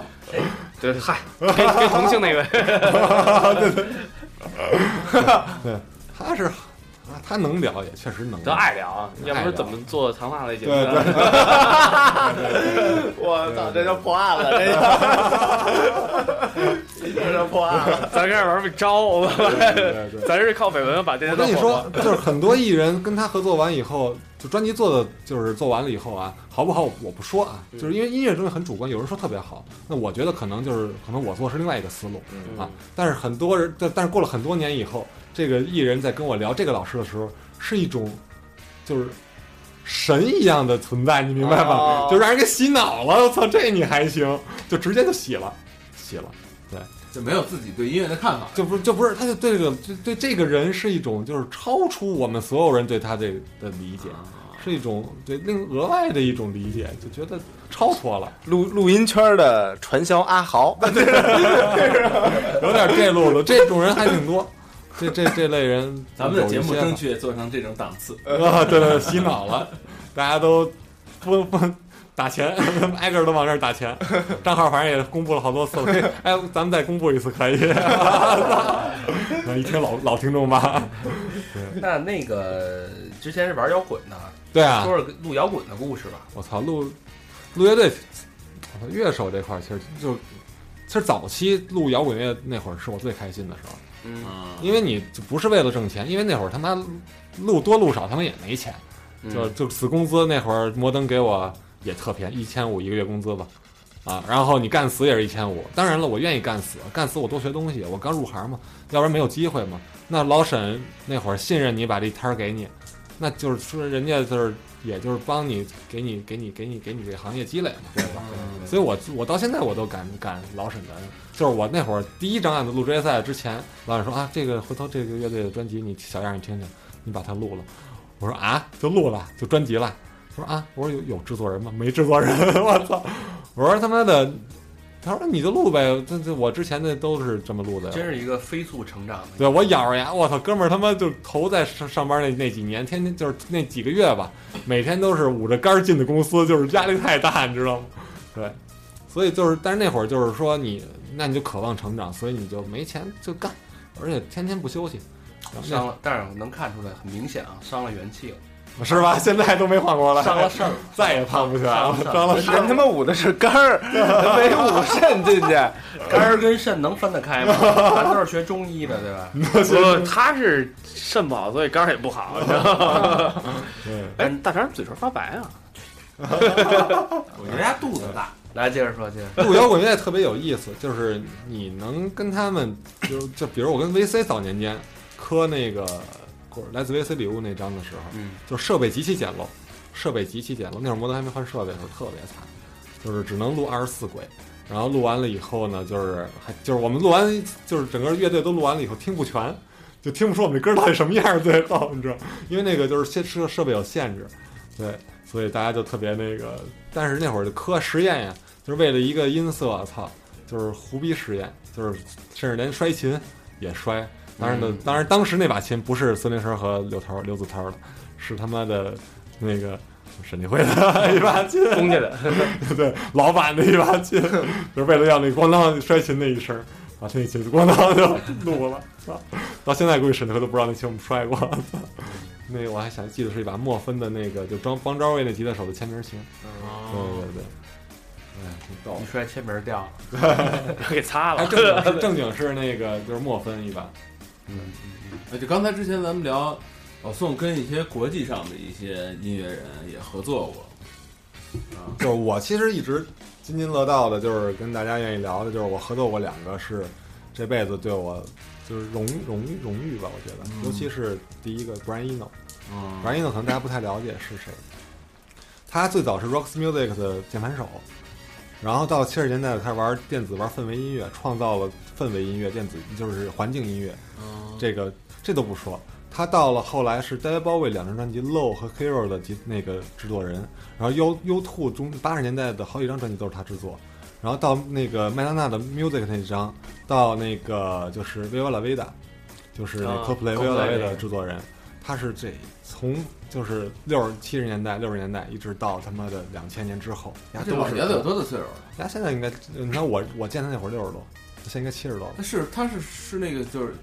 Speaker 5: 啊？哎对，嗨，跟跟重庆那位，
Speaker 7: 他是啊他能聊，也确实能
Speaker 5: 咱
Speaker 7: 聊。
Speaker 5: 爱聊啊，要不
Speaker 7: 爱
Speaker 5: 然
Speaker 7: 聊
Speaker 5: 怎么做谈话类节目？
Speaker 7: 对对
Speaker 5: 对，我操，这就破案了，这就一 定是破案了。咱这玩意儿被招了，
Speaker 7: 对对。
Speaker 5: 咱是靠绯闻把这
Speaker 7: 我
Speaker 5: 人
Speaker 7: 跟你
Speaker 5: 弄
Speaker 7: 说
Speaker 5: 火，
Speaker 7: 就是很多艺人跟他合作完以后，就专辑做的就是做完了以后啊， 好不好我不说啊，就是因为音乐这东西很主观，有人说特别好，那我觉得可能就是可能我做是另外一个思路
Speaker 5: 嗯
Speaker 7: 啊。但是很多人，但但是过了很多年以后，这个艺人在跟我聊这个老师的时候，是一种就是神一样的存在，你明白吗
Speaker 5: 哦？
Speaker 7: 就让人给洗脑了，我操，这你还行，就直接就洗了，洗了。
Speaker 3: 就没有自己对音乐的看法。
Speaker 7: 就不就不是，他就对这个对对这个人是一种就是超出我们所有人对他这个的理解，是一种对另额外的一种理解，就觉得超脱了，
Speaker 6: 录录音圈的传销阿 豪，
Speaker 7: 有点这路了。这种人还挺多， 这这这类人
Speaker 8: 咱们的节目
Speaker 7: 有
Speaker 8: 争
Speaker 7: 一些吧
Speaker 8: 取也做成这种档次。
Speaker 7: 啊，对对，洗脑了，大家都不不打钱， 挨个儿都往这儿打钱。账号反正也公布了好多次了， 可以哎，咱们再公布一次可以。 一听老老听众吧，
Speaker 2: 那那个之前是玩摇滚的，
Speaker 7: 对啊，
Speaker 2: 说说录摇滚的故事吧。
Speaker 7: 我操，录录乐队，我操乐手这块儿其实就其实早期录摇滚乐那会儿是我最开心的时候，
Speaker 5: 嗯
Speaker 7: 因为你就不是为了挣钱，因为那会儿他妈录多录少他妈也没钱，
Speaker 5: 嗯
Speaker 7: 就就死工资那会儿摩登给我也特便宜，一千五一个月工资吧。啊，然后你干死也是一千五，当然了，我愿意干死，干死我多学东西，我刚入行嘛，要不然没有机会嘛。那老沈那会儿信任你，把这摊儿给你，那就是说人家就是也就是帮你给你给你给你给你这行业积累嘛，对吧？所以我我到现在我都敢敢老沈的，就是我那会儿第一张案子录职业赛之前，老沈说啊，这个回头这个乐队的专辑你小样儿你听听，你把它录了。我说啊，就录了，就专辑了。他说啊，我说有有制作人吗？没制作人， 我操！我说他妈的，他说你就录呗，这这我之前的都是这么录的。
Speaker 2: 真是一个飞速成长的。
Speaker 7: 对我咬着牙，我操，哥们儿他妈就头在上上班那那几年，天天就是那几个月吧，每天都是捂着肝儿进的公司，就是压力太大，你知道吗？对，所以就是，但是那会儿就是说你，那你就渴望成长，所以你就没钱就干，而且天天不休息，然后
Speaker 2: 伤了，但是我能看出来，很明显啊，伤了元气了，
Speaker 7: 那是吧？ 现在都没缓过来，
Speaker 2: 伤了事儿了。
Speaker 7: 再也胖不起来了，伤
Speaker 5: 哦
Speaker 7: 了
Speaker 6: 人他妈捂的是肝 儿，没捂肾进去。
Speaker 2: 肝儿跟肾能分得开吗？咱都是学中医的，对吧？
Speaker 5: 不，他是肾不好，所以肝儿也不好，你知道吗？哎，大肠嘴唇发白啊，
Speaker 8: 我觉得人家肚子大，
Speaker 2: 来，接着说，接着说。
Speaker 7: 录摇滚乐特别有意思，就是你能跟他们，就就比如我跟 VC 早年间磕那个来自 VC 礼物那张的时候，
Speaker 2: 嗯，
Speaker 7: 就设备极其简陋，设备极其简陋，那会儿摩登还没换设备的时候特别惨，就是只能录二十四轨。然后录完了以后呢，就是还就是我们录完就是整个乐队都录完了以后听不全，就听不出我们这歌到底什么样儿最后，你知道吗，因为那个就是设设设备有限制，对，所以大家就特别那个，但是那会儿就磕实验呀，就是为了一个音色，操，就是胡逼实验，就是甚至连摔琴也摔。当然的，当然当时那把琴不是孙林生和刘涛、刘子涛的，是他妈的那个沈立辉的一把琴，
Speaker 5: 公家的，
Speaker 7: 对，老板的一把琴，就是为了要那咣当摔琴那一声，把那琴咣当就录了。啊到现在估计沈立辉都不知道那琴我们摔过。 那个我还想记得是一把莫芬的那个，就装邦昭卫那吉他手的签名琴。对对对，哎，挺逗的
Speaker 2: 一。摔签名掉了，
Speaker 5: 给擦
Speaker 3: 哎
Speaker 7: 还
Speaker 5: 了。
Speaker 7: 正经是正经是那个就是莫分一把，嗯
Speaker 3: 呃，就刚才之前咱们聊，老宋跟一些国际上的一些音乐人也合作过，啊
Speaker 7: 就是我其实一直津津乐道的，就是跟大家愿意聊的，就是我合作过两个是这辈子对我就是荣荣荣誉吧，我觉得，尤其是第一个 Brian Eno，
Speaker 3: 嗯，
Speaker 7: Brian Eno 可能大家不太了解是谁，他最早是 Rocks Music 的键盘手，然后到了七十年代开始玩电子、玩氛围音乐，创造了氛围音乐、电子就是环境音乐，
Speaker 3: 嗯
Speaker 7: 这个这都不说。他到了后来是 David Bowie 两张专辑《Low》和《Hero》的集那个制作人，然后 U U Two 中八十年代的好几张专辑都是他制作，然后到那个麦当娜的《Music》那一张，到那个就是 Viola Vida，就是那
Speaker 5: 啊
Speaker 7: Coldplay
Speaker 5: Coldplay
Speaker 7: Viola
Speaker 5: 那
Speaker 7: Vida
Speaker 5: 个
Speaker 7: 制作人，他是这从就是六十七十年代六十年代一直到他妈的两千年之后，人家
Speaker 3: 这
Speaker 7: 都
Speaker 3: 老
Speaker 7: 是
Speaker 3: 爷子有多大岁数了？
Speaker 7: 人家现在应该，你看我我见他那会儿六十多，现在应该七十多了。
Speaker 3: 他是他是是那个就是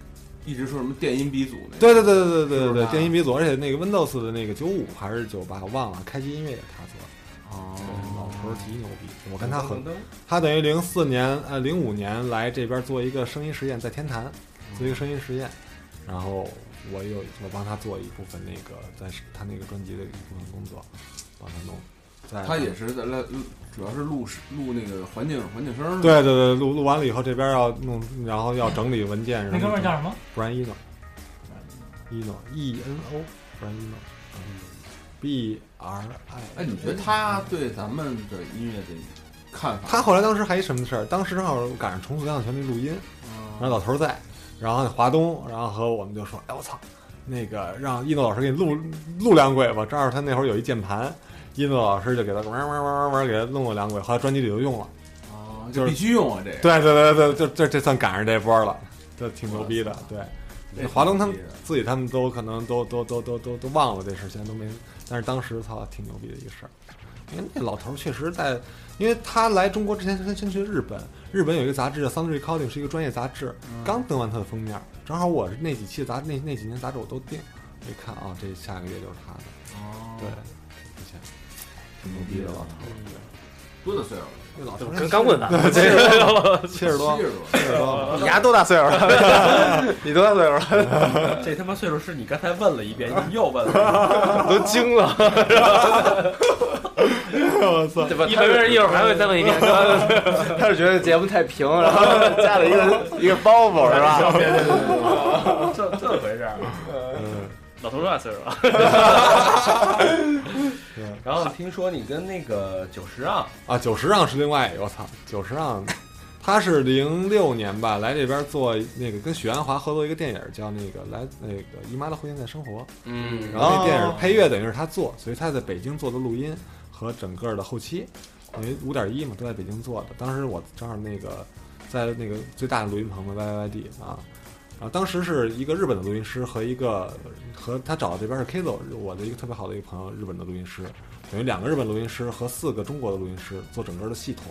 Speaker 3: 一直说什么电音鼻祖那
Speaker 7: 对对对对对对
Speaker 3: 是
Speaker 7: 对，
Speaker 3: 吧
Speaker 7: 电音鼻祖，而且那个 Windows 的那个九五还是九八，我忘了，开机音乐也是他做的。
Speaker 3: 哦
Speaker 7: 老头儿极牛逼，我跟他很，他等于零四年呃零五年来这边做一个声音实验，在天坛做一个声音实验，然后我有我帮他做一部分那个在他那个专辑的一部分工作，帮他弄。在
Speaker 3: 他也是在来，主要是录录那个环境环境声
Speaker 4: 嗯
Speaker 3: 儿。
Speaker 7: 对对对，录录完了以后，这边要弄，然后要整理文件。
Speaker 4: 那哥们儿叫什么？
Speaker 7: b r i a n Eno。Eno E N O Brian Eno。B R I。
Speaker 3: 哎，你觉得他对咱们的音乐的看法？
Speaker 7: 他后来当时还一什么事儿？当时正好赶上重塑两全那录音，
Speaker 3: 哦
Speaker 7: 然后老头儿在，然后华东，然后和我们就说：“哎，我操，那个让一诺老师给你录录两轨吧。”正好他那会儿有一键盘，一诺老师就给他玩玩玩玩给他弄了两轨，后来专辑里就用了。
Speaker 3: 哦，
Speaker 7: 就
Speaker 3: 就是必须用啊，这个
Speaker 7: 对对对对，对，这这算赶上这波了，这挺牛逼的。对，华东他们自己他们都可能都都都都都都忘了这事，现在都没。但是当时操挺牛逼的一个事儿，因为那老头儿确实在，因为他来中国之前先先去日本，日本有一个杂志叫《Sound Recording》，是一个专业杂志，刚登完他的封面，正好我是那几期杂那那几年杂志我都订，我一看啊，这下个月就是他的，
Speaker 3: 哦
Speaker 7: 对，之前挺牛逼的老头儿，
Speaker 3: 多大岁数了？
Speaker 7: 那老头儿
Speaker 5: 刚刚问完，
Speaker 7: 七十 多，七十多
Speaker 3: 七，十多。
Speaker 7: 七十多吧。
Speaker 6: 你丫多大岁数了？ 你多大岁数了？
Speaker 2: 这他妈岁数是你刚才问了一遍，你又问了，
Speaker 5: 都惊了。
Speaker 7: 我操！
Speaker 5: 对吧？一般人一会儿还会再问一遍，对吧？
Speaker 6: 他是觉得节目太平，然后加了一个一个包袱，是吧？
Speaker 2: 哦这这回事儿。啊
Speaker 7: 嗯，
Speaker 5: 老头多大岁数啊了？
Speaker 2: 然后听说你跟那个九十啊，
Speaker 7: 啊，九十让是另外一个，我操，九十让，他是零六年吧来这边做那个跟许鞍华合作一个电影，叫那个来那个姨妈的婚宴在生活，
Speaker 5: 嗯，
Speaker 7: 然后那电影配乐等于是他做，所以他在北京做的录音和整个的后期，因为五点一嘛都在北京做的，当时我正好那个在那个最大的录音棚嘛 YYYD 啊。然后当时是一个日本的录音师和一个和他找的这边是 Kizo，我的一个特别好的一个朋友，日本的录音师，等于两个日本录音师和四个中国的录音师做整个的系统，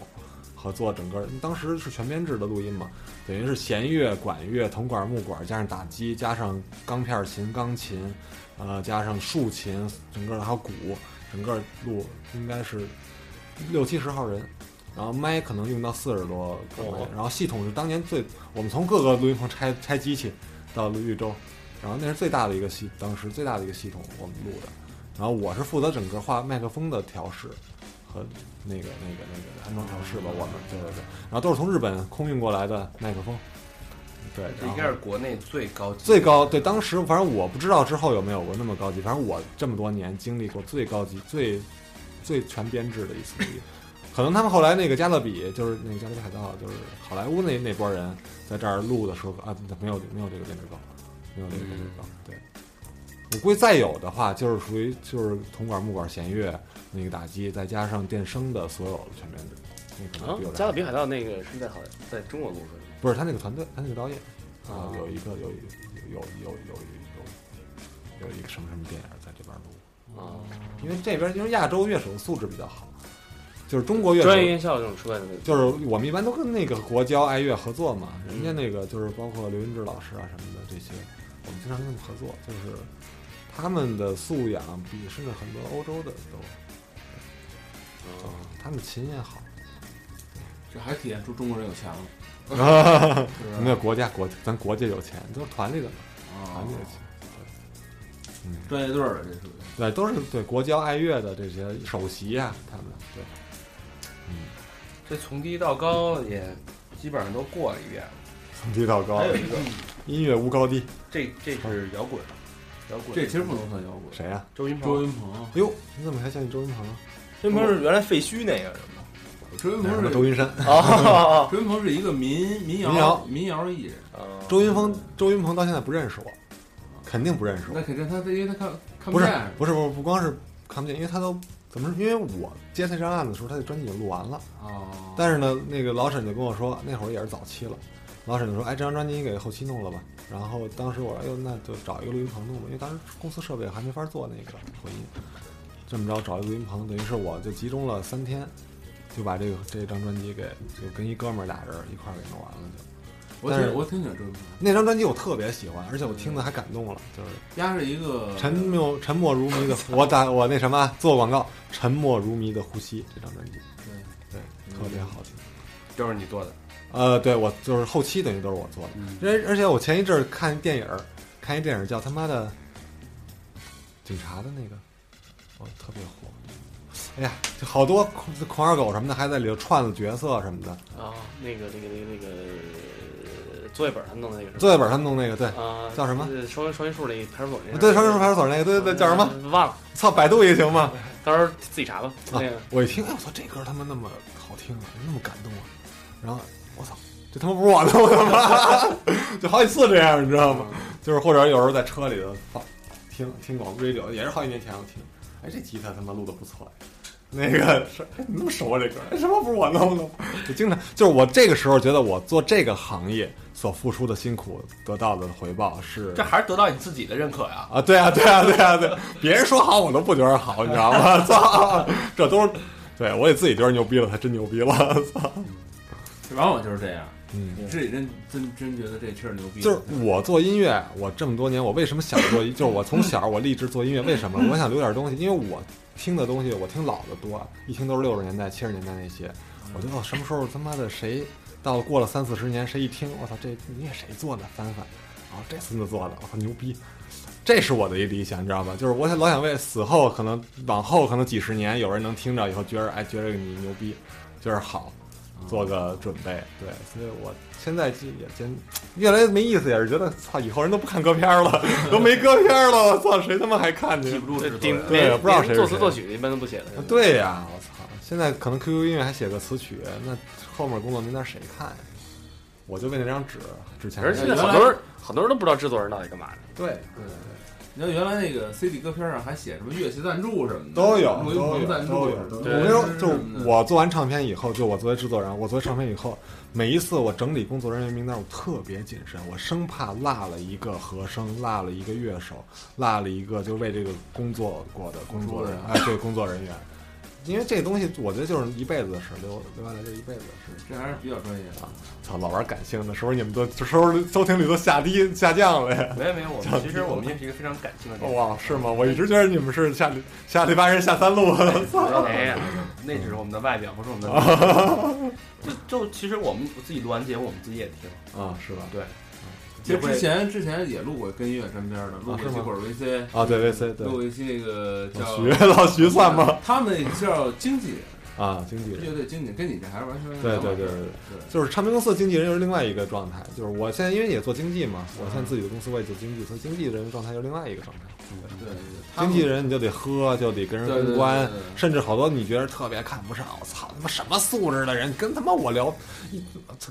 Speaker 7: 合作整个当时是全编制的录音嘛，等于是弦乐、管乐、铜管、木管，加上打击，加上钢片琴、钢琴，呃，加上竖琴，整个还有鼓，整个录应该是六七十号人。然后麦可能用到四十多个麦
Speaker 5: 哦，
Speaker 7: 然后系统是当年最，我们从各个录音棚拆拆机器到绿洲，然后那是最大的一个系，当时最大的一个系统我们录的。然后我是负责整个画麦克风的调试和那个那个那个安装调试吧，我们对对对，然后都是从日本空运过来的麦克风，对，
Speaker 2: 这应该
Speaker 7: 然后
Speaker 2: 是国内最高级。
Speaker 7: 最高对，当时反正我不知道之后有没有过那么高级，反正我这么多年经历过最高级、最最全编制的一次录音。可能他们后来那个加勒比，就是那个加勒比海盗，就是好莱坞那那波人在这儿录的时候啊，没有没有这个编制高，没有这个编制高。对，我估计再有的话，就是属于就是铜管、木管、弦乐那个打击，再加上电声的所有全编制，那可
Speaker 5: 啊
Speaker 7: 能比我，这
Speaker 5: 加勒比海盗那个是在好在中国录的，
Speaker 7: 不是他那个团队，他那个导演啊
Speaker 5: 啊，
Speaker 7: 有一个有一有有有有有有一个什么什么电影在这边录，
Speaker 5: 啊，
Speaker 7: 因为这边因为亚洲乐手素质比较好，就是中国乐
Speaker 5: 专业
Speaker 7: 手。
Speaker 5: 院校这种出来的那
Speaker 7: 就是我们一般都跟那个国交爱乐合作嘛，人家那个就是包括刘云志老师啊什么的这些，我们经常跟他们合作，就是他们的素养比甚至很多欧洲的都，啊，他们琴也好，
Speaker 3: 这还体现出中国人有钱了，
Speaker 7: 没有国家国咱国家有钱，都是团里的嘛，
Speaker 3: 啊
Speaker 2: 哦
Speaker 7: 团里的钱。
Speaker 3: 专业队儿了，这属于。
Speaker 7: 对，都是对国交爱乐的这些首席啊，他们对，
Speaker 2: 这从低到高也基本上都过了一遍。
Speaker 7: 从低到高
Speaker 2: 还，有一个，
Speaker 7: 音乐无高低。
Speaker 2: 这这是摇滚，摇滚。
Speaker 3: 这其实不能算摇滚。
Speaker 7: 谁呀、
Speaker 2: 周云鹏
Speaker 3: 周，云鹏，
Speaker 7: 哎呦，你怎么还想起周云鹏啊？
Speaker 6: 这不是原来废墟那个人吗？
Speaker 3: 周云
Speaker 7: 哪
Speaker 3: 鹏
Speaker 7: 儿
Speaker 3: 是
Speaker 7: 呢
Speaker 3: 啊
Speaker 7: 周云山，
Speaker 6: 哦，
Speaker 3: 周云鹏是一个民民
Speaker 7: 民
Speaker 3: 谣
Speaker 7: 谣
Speaker 3: 民谣艺人，
Speaker 7: 周云鹏，周云鹏到现在不认识我，肯定不认识
Speaker 3: 那
Speaker 7: 我。
Speaker 3: 肯定他因为他看啊看
Speaker 7: 不是
Speaker 3: 见，
Speaker 7: 不是不是不光是看不见，因为他都怎么说？因为我接他这张案子的时候，他的专辑已经录完了。
Speaker 3: 哦，
Speaker 7: 但是呢，那个老沈就跟我说，那会儿也是早期了。老沈就说：“哎，这张专辑你给后期弄了吧。”然后当时我说：“哎呦，那就找一个录音棚弄吧，因为当时公司设备还没法做那个混音。”这么着找一个录音棚，等于是我就集中了三天，就把这个这张专辑给就跟一哥们儿俩人一块儿给弄完了就。
Speaker 3: 我
Speaker 7: 但
Speaker 3: 挺
Speaker 7: 是
Speaker 3: 我挺喜欢周云鹏，
Speaker 7: 那张专辑我特别喜欢，而且我听的还感动了，就是
Speaker 3: 压着一
Speaker 2: 嗯
Speaker 3: 个
Speaker 7: 沉默沉默如谜的， 我打我那什么做广告，沉默如谜的呼吸这张专辑，对对，特别好听。
Speaker 2: 就是你做的，
Speaker 7: 呃，对我就是后期等于都是我做的，而、而且我前一阵儿看电影儿，看一电影儿叫他妈的警察的那个，哦，特别火。哎呀，就好多狂狂二狗什么的还在里头串了角色什么的，
Speaker 5: 啊，那个那个那个那个作业本他弄的那个是吧
Speaker 7: 作业本上弄那个，对，
Speaker 5: 啊
Speaker 7: 叫什么？
Speaker 5: 呃双双榆树那派出所那事儿
Speaker 7: 对，上市派出所那个，对对对，叫什么？
Speaker 5: 忘了，
Speaker 7: 操，百度也行吗？
Speaker 5: 到时候自己查吧。
Speaker 7: 啊
Speaker 5: 那个，
Speaker 7: 我一听，哎，我操，这歌他妈那么好听啊，那么感动啊，然后我操，这他妈不是我的，我他妈，就好几次这样，你知道吗？就是或者有时候在车里头放听听广 radio，也是好几年前我听，哎，这吉他他妈录的不错哎。那个是，哎，你那么熟啊这歌？哎，什么不是我弄的？就经常就是我这个时候觉得我做这个行业所付出的辛苦得到的回报是
Speaker 2: 这还是得到你自己的认可呀。
Speaker 7: 啊，对啊，对啊，对啊，对，别人说好我都不觉得好，你知道吗？ 操，这都是对我得自己觉得牛逼了，才真牛逼了，操。
Speaker 3: 往往就是这样，
Speaker 7: 嗯，
Speaker 3: 你自己真真真觉得这事儿牛逼，
Speaker 7: 就是我做音乐，我这么多年，我为什么想做？就是我从小我立志做音乐，为什么？我想留点东西，因为我听的东西，我听老的多，一听都是六十年代、七十年代那些。我觉得哦，什么时候他妈的谁到了过了三四十年，谁一听，我操，这音乐谁做的？翻翻，哦，这孙子做的，我操，牛逼！这是我的一理想，你知道吧？就是我想老想为死后可能往后可能几十年，有人能听着以后觉得哎，觉得你牛逼，觉得好，做个准备。对，所以我现在就也真越来越没意思，也是觉得操，以后人都不看歌片 了，都没歌片了，我操，谁他妈还看去？
Speaker 5: 对顶
Speaker 7: 对
Speaker 5: 连
Speaker 7: 不知道谁是
Speaker 5: 连作词
Speaker 7: 谁
Speaker 5: 作曲一般都不写的。
Speaker 7: 啊对呀、我操！现在可能 QQ 音乐还写个词曲，那后面工作名单谁看呀？我就为那张纸，纸钱。
Speaker 5: 而且现在好多人好多人都不知道制作人到底干嘛的。
Speaker 7: 对
Speaker 3: 你知道原来那个 CD 歌片上还写什么乐器赞助什么的，
Speaker 7: 都有
Speaker 3: 录
Speaker 7: 都
Speaker 3: 音棚
Speaker 7: 有
Speaker 3: 赞
Speaker 7: 都
Speaker 3: 助
Speaker 7: 有
Speaker 3: 什么的，。嗯
Speaker 7: 我
Speaker 5: 对
Speaker 7: 跟你说，
Speaker 2: 嗯
Speaker 7: 就我做完唱片以后，就我作为制作人，我作为唱片以后，每一次我整理工作人员名单，我特别谨慎，我生怕落了一个和声，落了一个乐手，落了一个就为这个工作过的工作人员，哎，对，工作人员。因为这东西，我觉得就是一辈子的事，留留下来这一辈子的事。啊
Speaker 3: 这还是比较专业的。
Speaker 7: 操，老玩感性的，是不是你们都这收视收听率都下低下降了呀？ 哦
Speaker 2: 没有没有，我们其实我们也是一个非常感性的电台。
Speaker 7: 哇，是吗？我一直觉得你们是下下礼拜是下三路，啊
Speaker 5: 哎呀，
Speaker 2: 那只是我们的外表，不是我们的 内心。就就其实我们自己录完节目，我们自己也听。
Speaker 7: 啊，是吧？
Speaker 2: 对，
Speaker 3: 其实之前之前也录过跟音乐沾边的，录过
Speaker 7: 啊是
Speaker 3: 一
Speaker 7: 吗
Speaker 3: 些管儿 VC，
Speaker 7: 啊，对，VC 对
Speaker 3: 录，过一些那个叫
Speaker 7: 老徐老徐算 吗？？
Speaker 3: 他们叫经纪
Speaker 7: 啊，经纪
Speaker 3: 人，
Speaker 7: 人，
Speaker 3: 乐队经纪人，跟你这还是完全
Speaker 7: 对对对对对，
Speaker 3: 对
Speaker 7: 就是唱片公司的经纪人又是另外一个状态。就是我现在因为也做经济嘛，我现在自己的公司我也做经济，所以经纪人的状态又是另外一个状态。
Speaker 3: 对对，他
Speaker 7: 经
Speaker 3: 们
Speaker 7: 纪人你就得喝，就得跟人
Speaker 3: 对对
Speaker 7: 公
Speaker 3: 对
Speaker 7: 关
Speaker 3: 对对对，
Speaker 7: 甚至好多你觉得特别看不上，我操他妈什么素质的人，跟他妈我聊一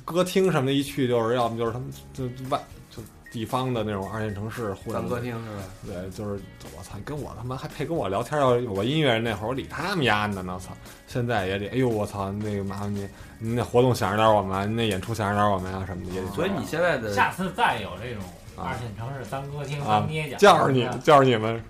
Speaker 7: 歌厅什么的，一去就是要么就是他们就就外就地方的那种二线城市混
Speaker 2: 咱们歌
Speaker 7: 的，
Speaker 2: 厅是吧？
Speaker 7: 对，就是我操，跟我他妈还配跟我聊天，要我音乐人那会儿，我理他们丫的呢，我操，现在也得，哎呦我操，那个麻烦你，你那活动想着点我们啊，你那演出想着点我们啊什么的，也得
Speaker 4: 哦
Speaker 2: 所以你现在的
Speaker 4: 下次再有这种
Speaker 7: 啊
Speaker 4: 二线城市三歌厅
Speaker 7: 啊
Speaker 4: 三捏脚，
Speaker 7: 叫 着你叫着你们。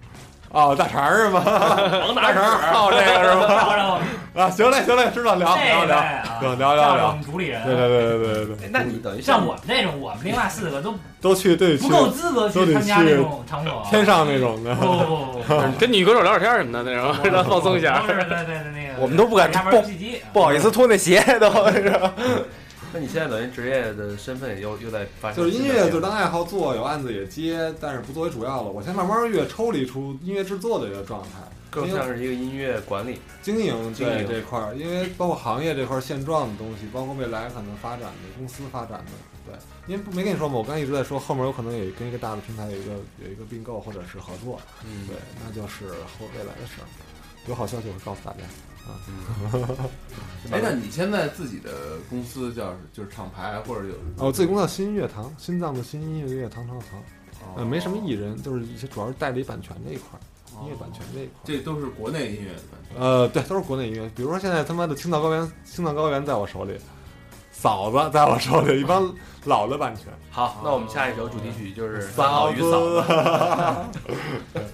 Speaker 7: 哦，大肠是吗？王大肠，哦，这个是吗？
Speaker 4: 然后然后
Speaker 7: 啊，行嘞，行嘞，知道 聊聊
Speaker 4: 这
Speaker 7: 聊
Speaker 4: 位，啊，
Speaker 7: 对聊聊
Speaker 4: 叫着
Speaker 7: 聊
Speaker 4: 我们主理人，
Speaker 7: 对对对对对对对，
Speaker 2: 哎那你等 于
Speaker 4: 像我们这种，我们另外四个都
Speaker 7: 都去对去
Speaker 4: 不够资格
Speaker 7: 都
Speaker 4: 去
Speaker 7: 得
Speaker 4: 参加
Speaker 7: 去
Speaker 4: 那种场所。
Speaker 7: 天上那种
Speaker 4: 不
Speaker 7: 的，
Speaker 4: 不不不
Speaker 7: 嗯
Speaker 4: 不，
Speaker 5: 跟女歌手聊聊天什么的，那种 让她放松一下
Speaker 4: 都。是在在在那个，
Speaker 6: 我们都不敢
Speaker 4: 下边
Speaker 6: 不
Speaker 4: 游戏机，
Speaker 6: 不好意思脱那鞋都是吧。
Speaker 2: 那你现在等于职业的身份也又又在发生
Speaker 7: 就是音
Speaker 2: 新的
Speaker 7: 乐
Speaker 2: 变
Speaker 7: 就
Speaker 2: 化
Speaker 7: 当爱好做，有案子也接，但是不作为主要了。我先慢慢越抽离出音乐制作的一个状态，
Speaker 2: 更像是一个音乐管理。
Speaker 7: 经营
Speaker 2: 经营
Speaker 7: 对这块儿，因为包括行业这块儿现状的东西，包括未来可能发展的公司发展的，对，因为不没跟你说嘛，我刚才一直在说后面有可能有跟一个大的平台有一个有一个并购或者是合作，
Speaker 2: 嗯
Speaker 7: 对，那就是后未来的事儿，有好消息我会告诉大家。
Speaker 3: 哎，那你现在自己的公司叫就是厂牌或者有
Speaker 7: 哦，我自己工作新乐堂，心脏的新音乐乐堂堂的堂，
Speaker 3: 哦
Speaker 7: 呃，没什么艺人，就是一些主要是代理版权这一块儿，音乐版权这一块儿。
Speaker 3: 这都是国内音乐的版权。
Speaker 7: 呃，对，都是国内音乐，比如说现在他妈的青藏高原，青藏高原在我手里，嫂子在我手里，一帮老的版权。
Speaker 2: 好，那我们下一首主题曲就是《三
Speaker 7: 嫂
Speaker 2: 好与嫂子》。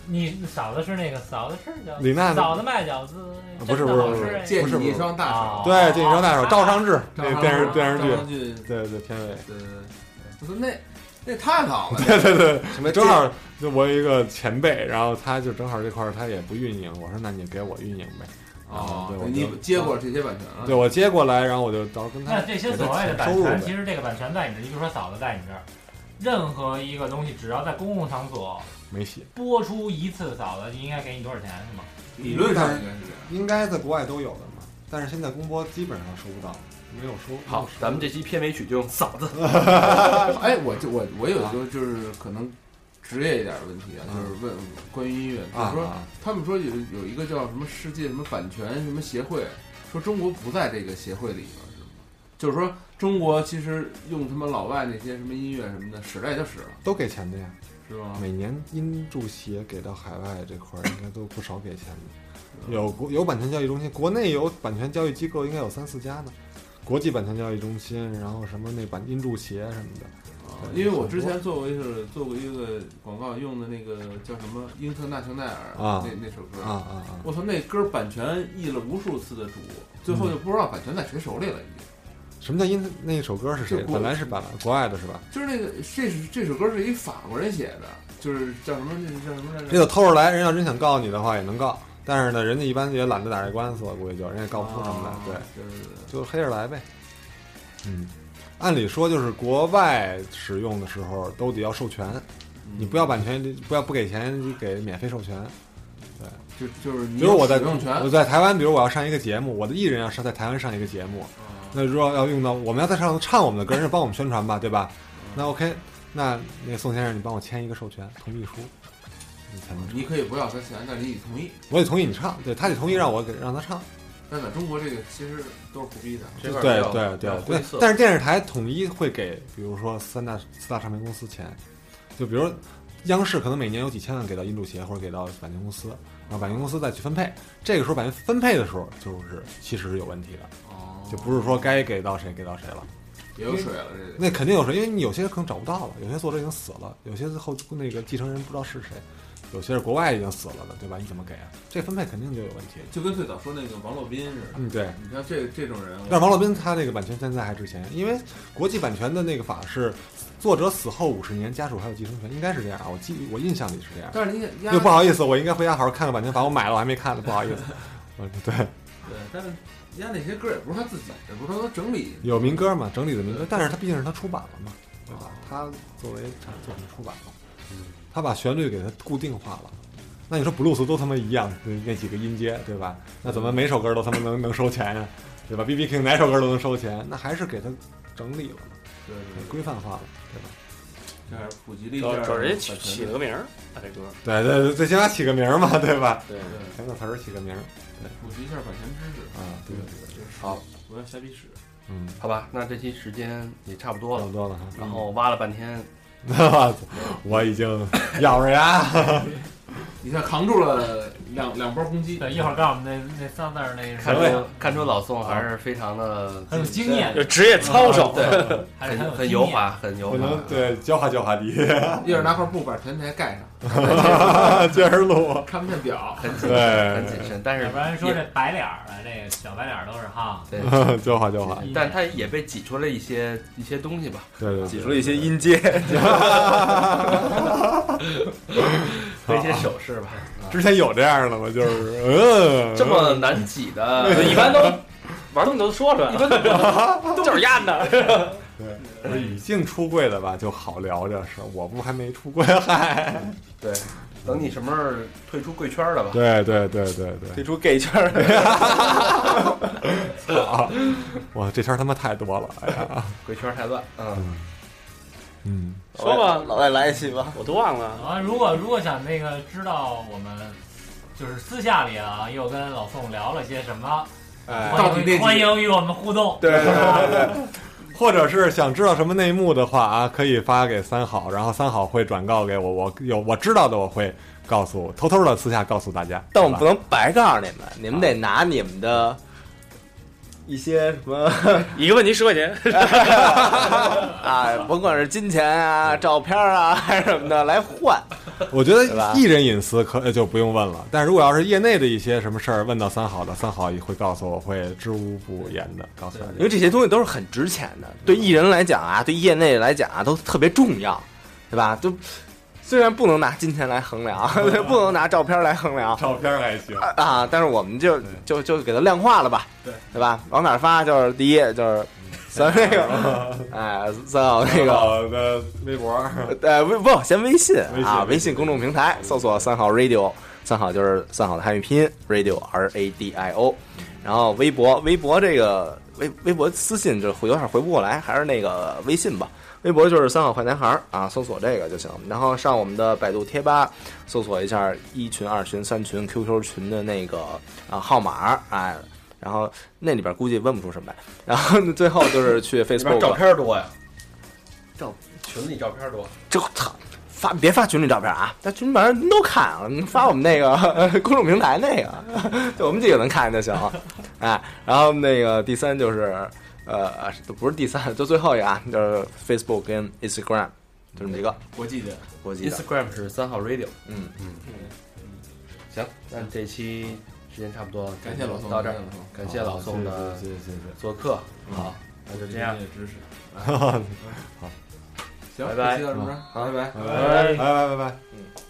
Speaker 4: 你嫂子是那个嫂子是叫
Speaker 7: 李娜啊
Speaker 4: 嫂子卖饺子，
Speaker 7: 不是
Speaker 4: 真的
Speaker 7: 不是
Speaker 4: 好
Speaker 7: 不
Speaker 4: 吃
Speaker 7: 是
Speaker 4: 哎
Speaker 7: 见
Speaker 8: 借你一双大手。
Speaker 4: 啊
Speaker 7: 对，这一双大手，赵尚志
Speaker 8: 赵
Speaker 7: 那
Speaker 8: 尚志
Speaker 7: 电视电视
Speaker 8: 张
Speaker 7: 剧，
Speaker 8: 剧，
Speaker 7: 对对片尾，
Speaker 8: 对对对，我说那那太早了，
Speaker 7: 对对对，
Speaker 8: 什么
Speaker 7: 正好就我有一个前辈，然后他就正好这块儿他也不运营，我说那你给我运营呗，啊，对
Speaker 8: 哦，
Speaker 7: 我
Speaker 8: 你
Speaker 7: 就
Speaker 8: 接过这些版权啊？
Speaker 7: 对我接过来，然后我就到时候跟他
Speaker 4: 那这些所谓的版权，其实这个版权在你这儿，你比如说嫂子在你这儿，任何一个东西只要在公共场所
Speaker 7: 没戏，
Speaker 4: 播出一次嫂子，就应该给你多少钱是吗？
Speaker 8: 理论上应该是这样。
Speaker 7: 应该在国外都有的嘛，但是现在公播基本上收不到，没有收。
Speaker 2: 好，咱们这期片尾曲就用《嫂子》。
Speaker 8: 哎，我就我我有一个就是可能职业一点的问题啊，
Speaker 7: 嗯
Speaker 8: 就是问关于音乐，就是
Speaker 7: 啊
Speaker 8: 说
Speaker 7: 啊
Speaker 8: 他们说有有一个叫什么世界什么版权什么协会，说中国不在这个协会里面，是吗？就是说中国其实用他们老外那些什么音乐什么的使来就使了，
Speaker 7: 都给钱的呀，
Speaker 8: 是吗？
Speaker 7: 每年音助协给到海外这块儿应该都不少给钱
Speaker 8: 嗯
Speaker 7: 的，有国有版权交易中心，国内有版权交易机构应该有三四家呢，国际版权交易中心，然后什么那版音助协什么的，
Speaker 8: 啊因为我之前做过一首做过一个广告，用的那个叫什么《英特纳雄奈尔》
Speaker 7: 啊
Speaker 8: 那那首歌
Speaker 7: 啊，啊啊！
Speaker 8: 我操，那歌版权易了无数次的主，最后就不知道版权在谁手里了，已经。
Speaker 7: 什么叫音？那首歌是谁？
Speaker 8: 就国
Speaker 7: 本来是版国外的是吧？
Speaker 8: 就是那个这是这首歌是一法国人写的，就是叫什么那叫什么来
Speaker 7: 这个
Speaker 8: 着？
Speaker 7: 偷着来，人要真想告你的话也能告，但是呢，人家一般也懒得打这官司，我估计就人家告不出
Speaker 8: 啊
Speaker 7: 什么来，对。
Speaker 8: 对对对
Speaker 7: 就黑着来呗。嗯，按理说就是国外使用的时候都得要授权，
Speaker 8: 嗯
Speaker 7: 你不要版权，不要不给钱，你给免费授权。
Speaker 8: 就就是你
Speaker 7: 比如我在
Speaker 8: 使用权，
Speaker 7: 我在台湾，比如我要上一个节目，我的艺人要上在台湾上一个节目，
Speaker 8: 啊
Speaker 7: 那如果要用到我们要在上头唱我们的歌，人家帮我们宣传吧，对
Speaker 8: 啊
Speaker 7: 吧？那 OK，那那个宋先生，你帮我签一个授权同意书，你才能唱。
Speaker 8: 啊你可以不要他钱，但是你得同意。
Speaker 7: 我得同意你唱，对他得同意让我给让他唱。
Speaker 8: 但在中国这个其实都是胡逼的，
Speaker 2: 这
Speaker 7: 对
Speaker 2: 块儿比较
Speaker 7: 对
Speaker 2: 比较
Speaker 7: 对
Speaker 2: 灰
Speaker 7: 对
Speaker 2: 色，
Speaker 7: 但是电视台统一会给，比如说三大四大唱片公司钱，就比如央视可能每年有几千万给到音助协或者给到版权公司，然后版权公司再去分配。这个时候版权分配的时候，就是其实是有问题的，
Speaker 8: 哦
Speaker 7: 就不是说该给到谁给到谁了。
Speaker 8: 也有水了这个。
Speaker 7: 那肯定有谁，因为你有些可能找不到了，有些作者已经死了，有些后那个继承人不知道是谁，有些是国外已经死了的，对吧？你怎么给啊？这分配肯定就有问题。
Speaker 8: 就跟最早说那个王洛宾似的，
Speaker 7: 嗯，对。
Speaker 8: 你像这这种人，
Speaker 7: 但是王洛宾他那个版权现在还值钱，因为国际版权的那个法是作者死后五十年，家属还有继承权，应该是这样啊。我记我印象里是这
Speaker 2: 啊
Speaker 7: 样。
Speaker 8: 但是你压
Speaker 7: 又不好意思，我应该回家好好看看版权法，我买了我还没看呢，不好意思。 嗯，对，
Speaker 8: 对，但是压那些歌也不是他自己的，也不是他都整理。
Speaker 7: 有民歌嘛，整理的民歌，但是他毕竟是他出版了嘛，对吧？他作为产作品出版了，他把旋律给它固定化了。那你说布鲁斯都他妈一样，那那几个音阶，对吧？那怎么每首歌都他妈能能收钱呀、对吧？B B King 哪首歌都能收钱，那还是给他整理了，
Speaker 8: 对对
Speaker 7: 规范化了，对吧？
Speaker 8: 对，这还是普及了一
Speaker 5: 找
Speaker 8: 下
Speaker 5: 找人
Speaker 8: 版
Speaker 5: 起
Speaker 8: 权
Speaker 5: 起了个名儿，把这歌儿。
Speaker 7: 对对对，最起码起个名儿嘛，对吧？
Speaker 5: 对，
Speaker 8: 对，
Speaker 7: 前个词儿起个名儿
Speaker 8: 普及一下版权知识。
Speaker 7: 啊，对对对，
Speaker 2: 好，
Speaker 8: 我要瞎逼使。
Speaker 7: 嗯，
Speaker 2: 好吧，那这期时间也差不多
Speaker 7: 差
Speaker 2: 了
Speaker 7: 不。多了哈。
Speaker 2: 然后挖了半天，
Speaker 7: 我操，我已经咬着牙，
Speaker 8: 一下扛住了两两波攻击。
Speaker 4: 对，一会儿告诉我们那那仨字儿那
Speaker 2: 看
Speaker 4: 什
Speaker 2: 出
Speaker 4: 么，
Speaker 2: 看出老宋还是非常的
Speaker 4: 很有经验，
Speaker 5: 就职业操守。
Speaker 2: 啊对，
Speaker 4: 还是
Speaker 2: 很
Speaker 4: 很
Speaker 2: 很
Speaker 4: 有
Speaker 2: 油
Speaker 4: 经验。
Speaker 2: 滑，很油滑。
Speaker 7: 我能对狡化狡化地，
Speaker 8: 一会儿拿块布把前台盖上，
Speaker 7: 接着录。
Speaker 8: 看不见表。
Speaker 2: 很谨
Speaker 7: 对
Speaker 2: 很谨慎，但是
Speaker 4: 要不然说
Speaker 2: 也
Speaker 4: 这白脸儿的这个小白脸儿都是哈，
Speaker 2: 对，
Speaker 7: 狡化狡化，
Speaker 2: 但他也被挤出了一些一些东 西吧。
Speaker 7: 对对对，
Speaker 6: 挤出了一些音阶。
Speaker 2: 和一些手势 吧。
Speaker 7: 之前有这样的吗？ 就是嗯，
Speaker 2: 这么难挤的，
Speaker 5: 一般都玩东西都说出来了，就是压的。
Speaker 7: 对语境出柜的吧，就好聊这事儿。我不还没出柜，嗨，
Speaker 2: 对，等你什么时候退出贵圈了吧？
Speaker 7: 对对对对
Speaker 6: 退
Speaker 7: 对，
Speaker 6: 出 gay 圈儿，
Speaker 7: 啊，哇，这圈儿他妈太多了，哎呀，
Speaker 2: 贵圈太乱，嗯，
Speaker 7: 嗯，
Speaker 5: 说吧
Speaker 6: 老外来一期吧。
Speaker 5: 我都忘了，
Speaker 4: 啊，如果如果想那个知道我们就是私下里啊，又跟老宋聊了些什么，
Speaker 7: 哎。
Speaker 4: 欢迎
Speaker 8: 到底那几
Speaker 4: 欢迎与我们互动。
Speaker 6: 对对
Speaker 7: 或者是想知道什么内幕的话啊，可以发给三好，然后三好会转告给我，我有我知道的我会告诉，偷偷的私下告诉大家。
Speaker 6: 但我们不
Speaker 7: 能
Speaker 6: 能白告诉你们，你们得拿你们的一些什 么
Speaker 5: 一个问题十块钱，
Speaker 6: 啊，甭管是金钱啊、照片啊 还是什么的来换，
Speaker 7: 我觉
Speaker 6: 对吧
Speaker 7: 得艺人隐私可呃就不用问了，但如果要是业内的一些什么事儿问到三好的，三好也会告诉我会知无不言的，告诉大
Speaker 6: 因为
Speaker 7: 家。
Speaker 6: 这些东西都是很值钱的，对艺人来讲啊，对业内来讲啊，都特别重要，对吧？都虽然不能拿金钱来衡量， 不能拿照片来衡量
Speaker 3: 照片还行，
Speaker 6: 啊，但是我们就就就给它量化了吧，
Speaker 3: 对
Speaker 6: 对嗯吧？往哪儿发就是第一就是咱那 个，哎，咱好那个。
Speaker 3: 我的微博
Speaker 6: 呃，微不先微信啊，
Speaker 3: 微信
Speaker 6: 微信公众平台搜索“三好 radio”，三好就是三好的汉语拼音 radio r a d i o，然后微博，微博这个微微博私信就回有点回不过来，还是那个微信吧。微博就是三好坏男孩儿啊，搜索这个就行。然后上我们的百度贴吧，搜索一下一群、二群、三群、QQ 群的那个啊号码儿，哎，然后那里边估计问不出什么来。然后最后就是去
Speaker 2: 里边
Speaker 6: Facebook
Speaker 2: 照片多呀，
Speaker 6: 照
Speaker 2: 群里照片多，
Speaker 6: 这操，发别发群里照片啊，在群里边人都看了，你发我们那个 公众平台那个， 就我们几个能看见就行。哎，然后那个第三就是呃，都不是第三，就最后一个啊，就是 Facebook 跟 Instagram，就这么一个
Speaker 3: 国际的，
Speaker 6: 国际的。
Speaker 2: Instagram 是三号 Radio。
Speaker 6: 嗯，
Speaker 2: 行，那这期时间差不多了，
Speaker 3: 感谢老宋
Speaker 2: 到这儿
Speaker 3: 感谢老宋，
Speaker 2: 感谢老宋的
Speaker 7: 谢谢谢谢
Speaker 2: 做客。好，那就这样，
Speaker 3: 也 支持，
Speaker 7: 谢谢，
Speaker 8: 行，
Speaker 2: 拜
Speaker 8: 这
Speaker 2: 拜嗯
Speaker 8: 期到这么着，拜拜。
Speaker 7: 拜拜拜拜拜拜。
Speaker 6: 嗯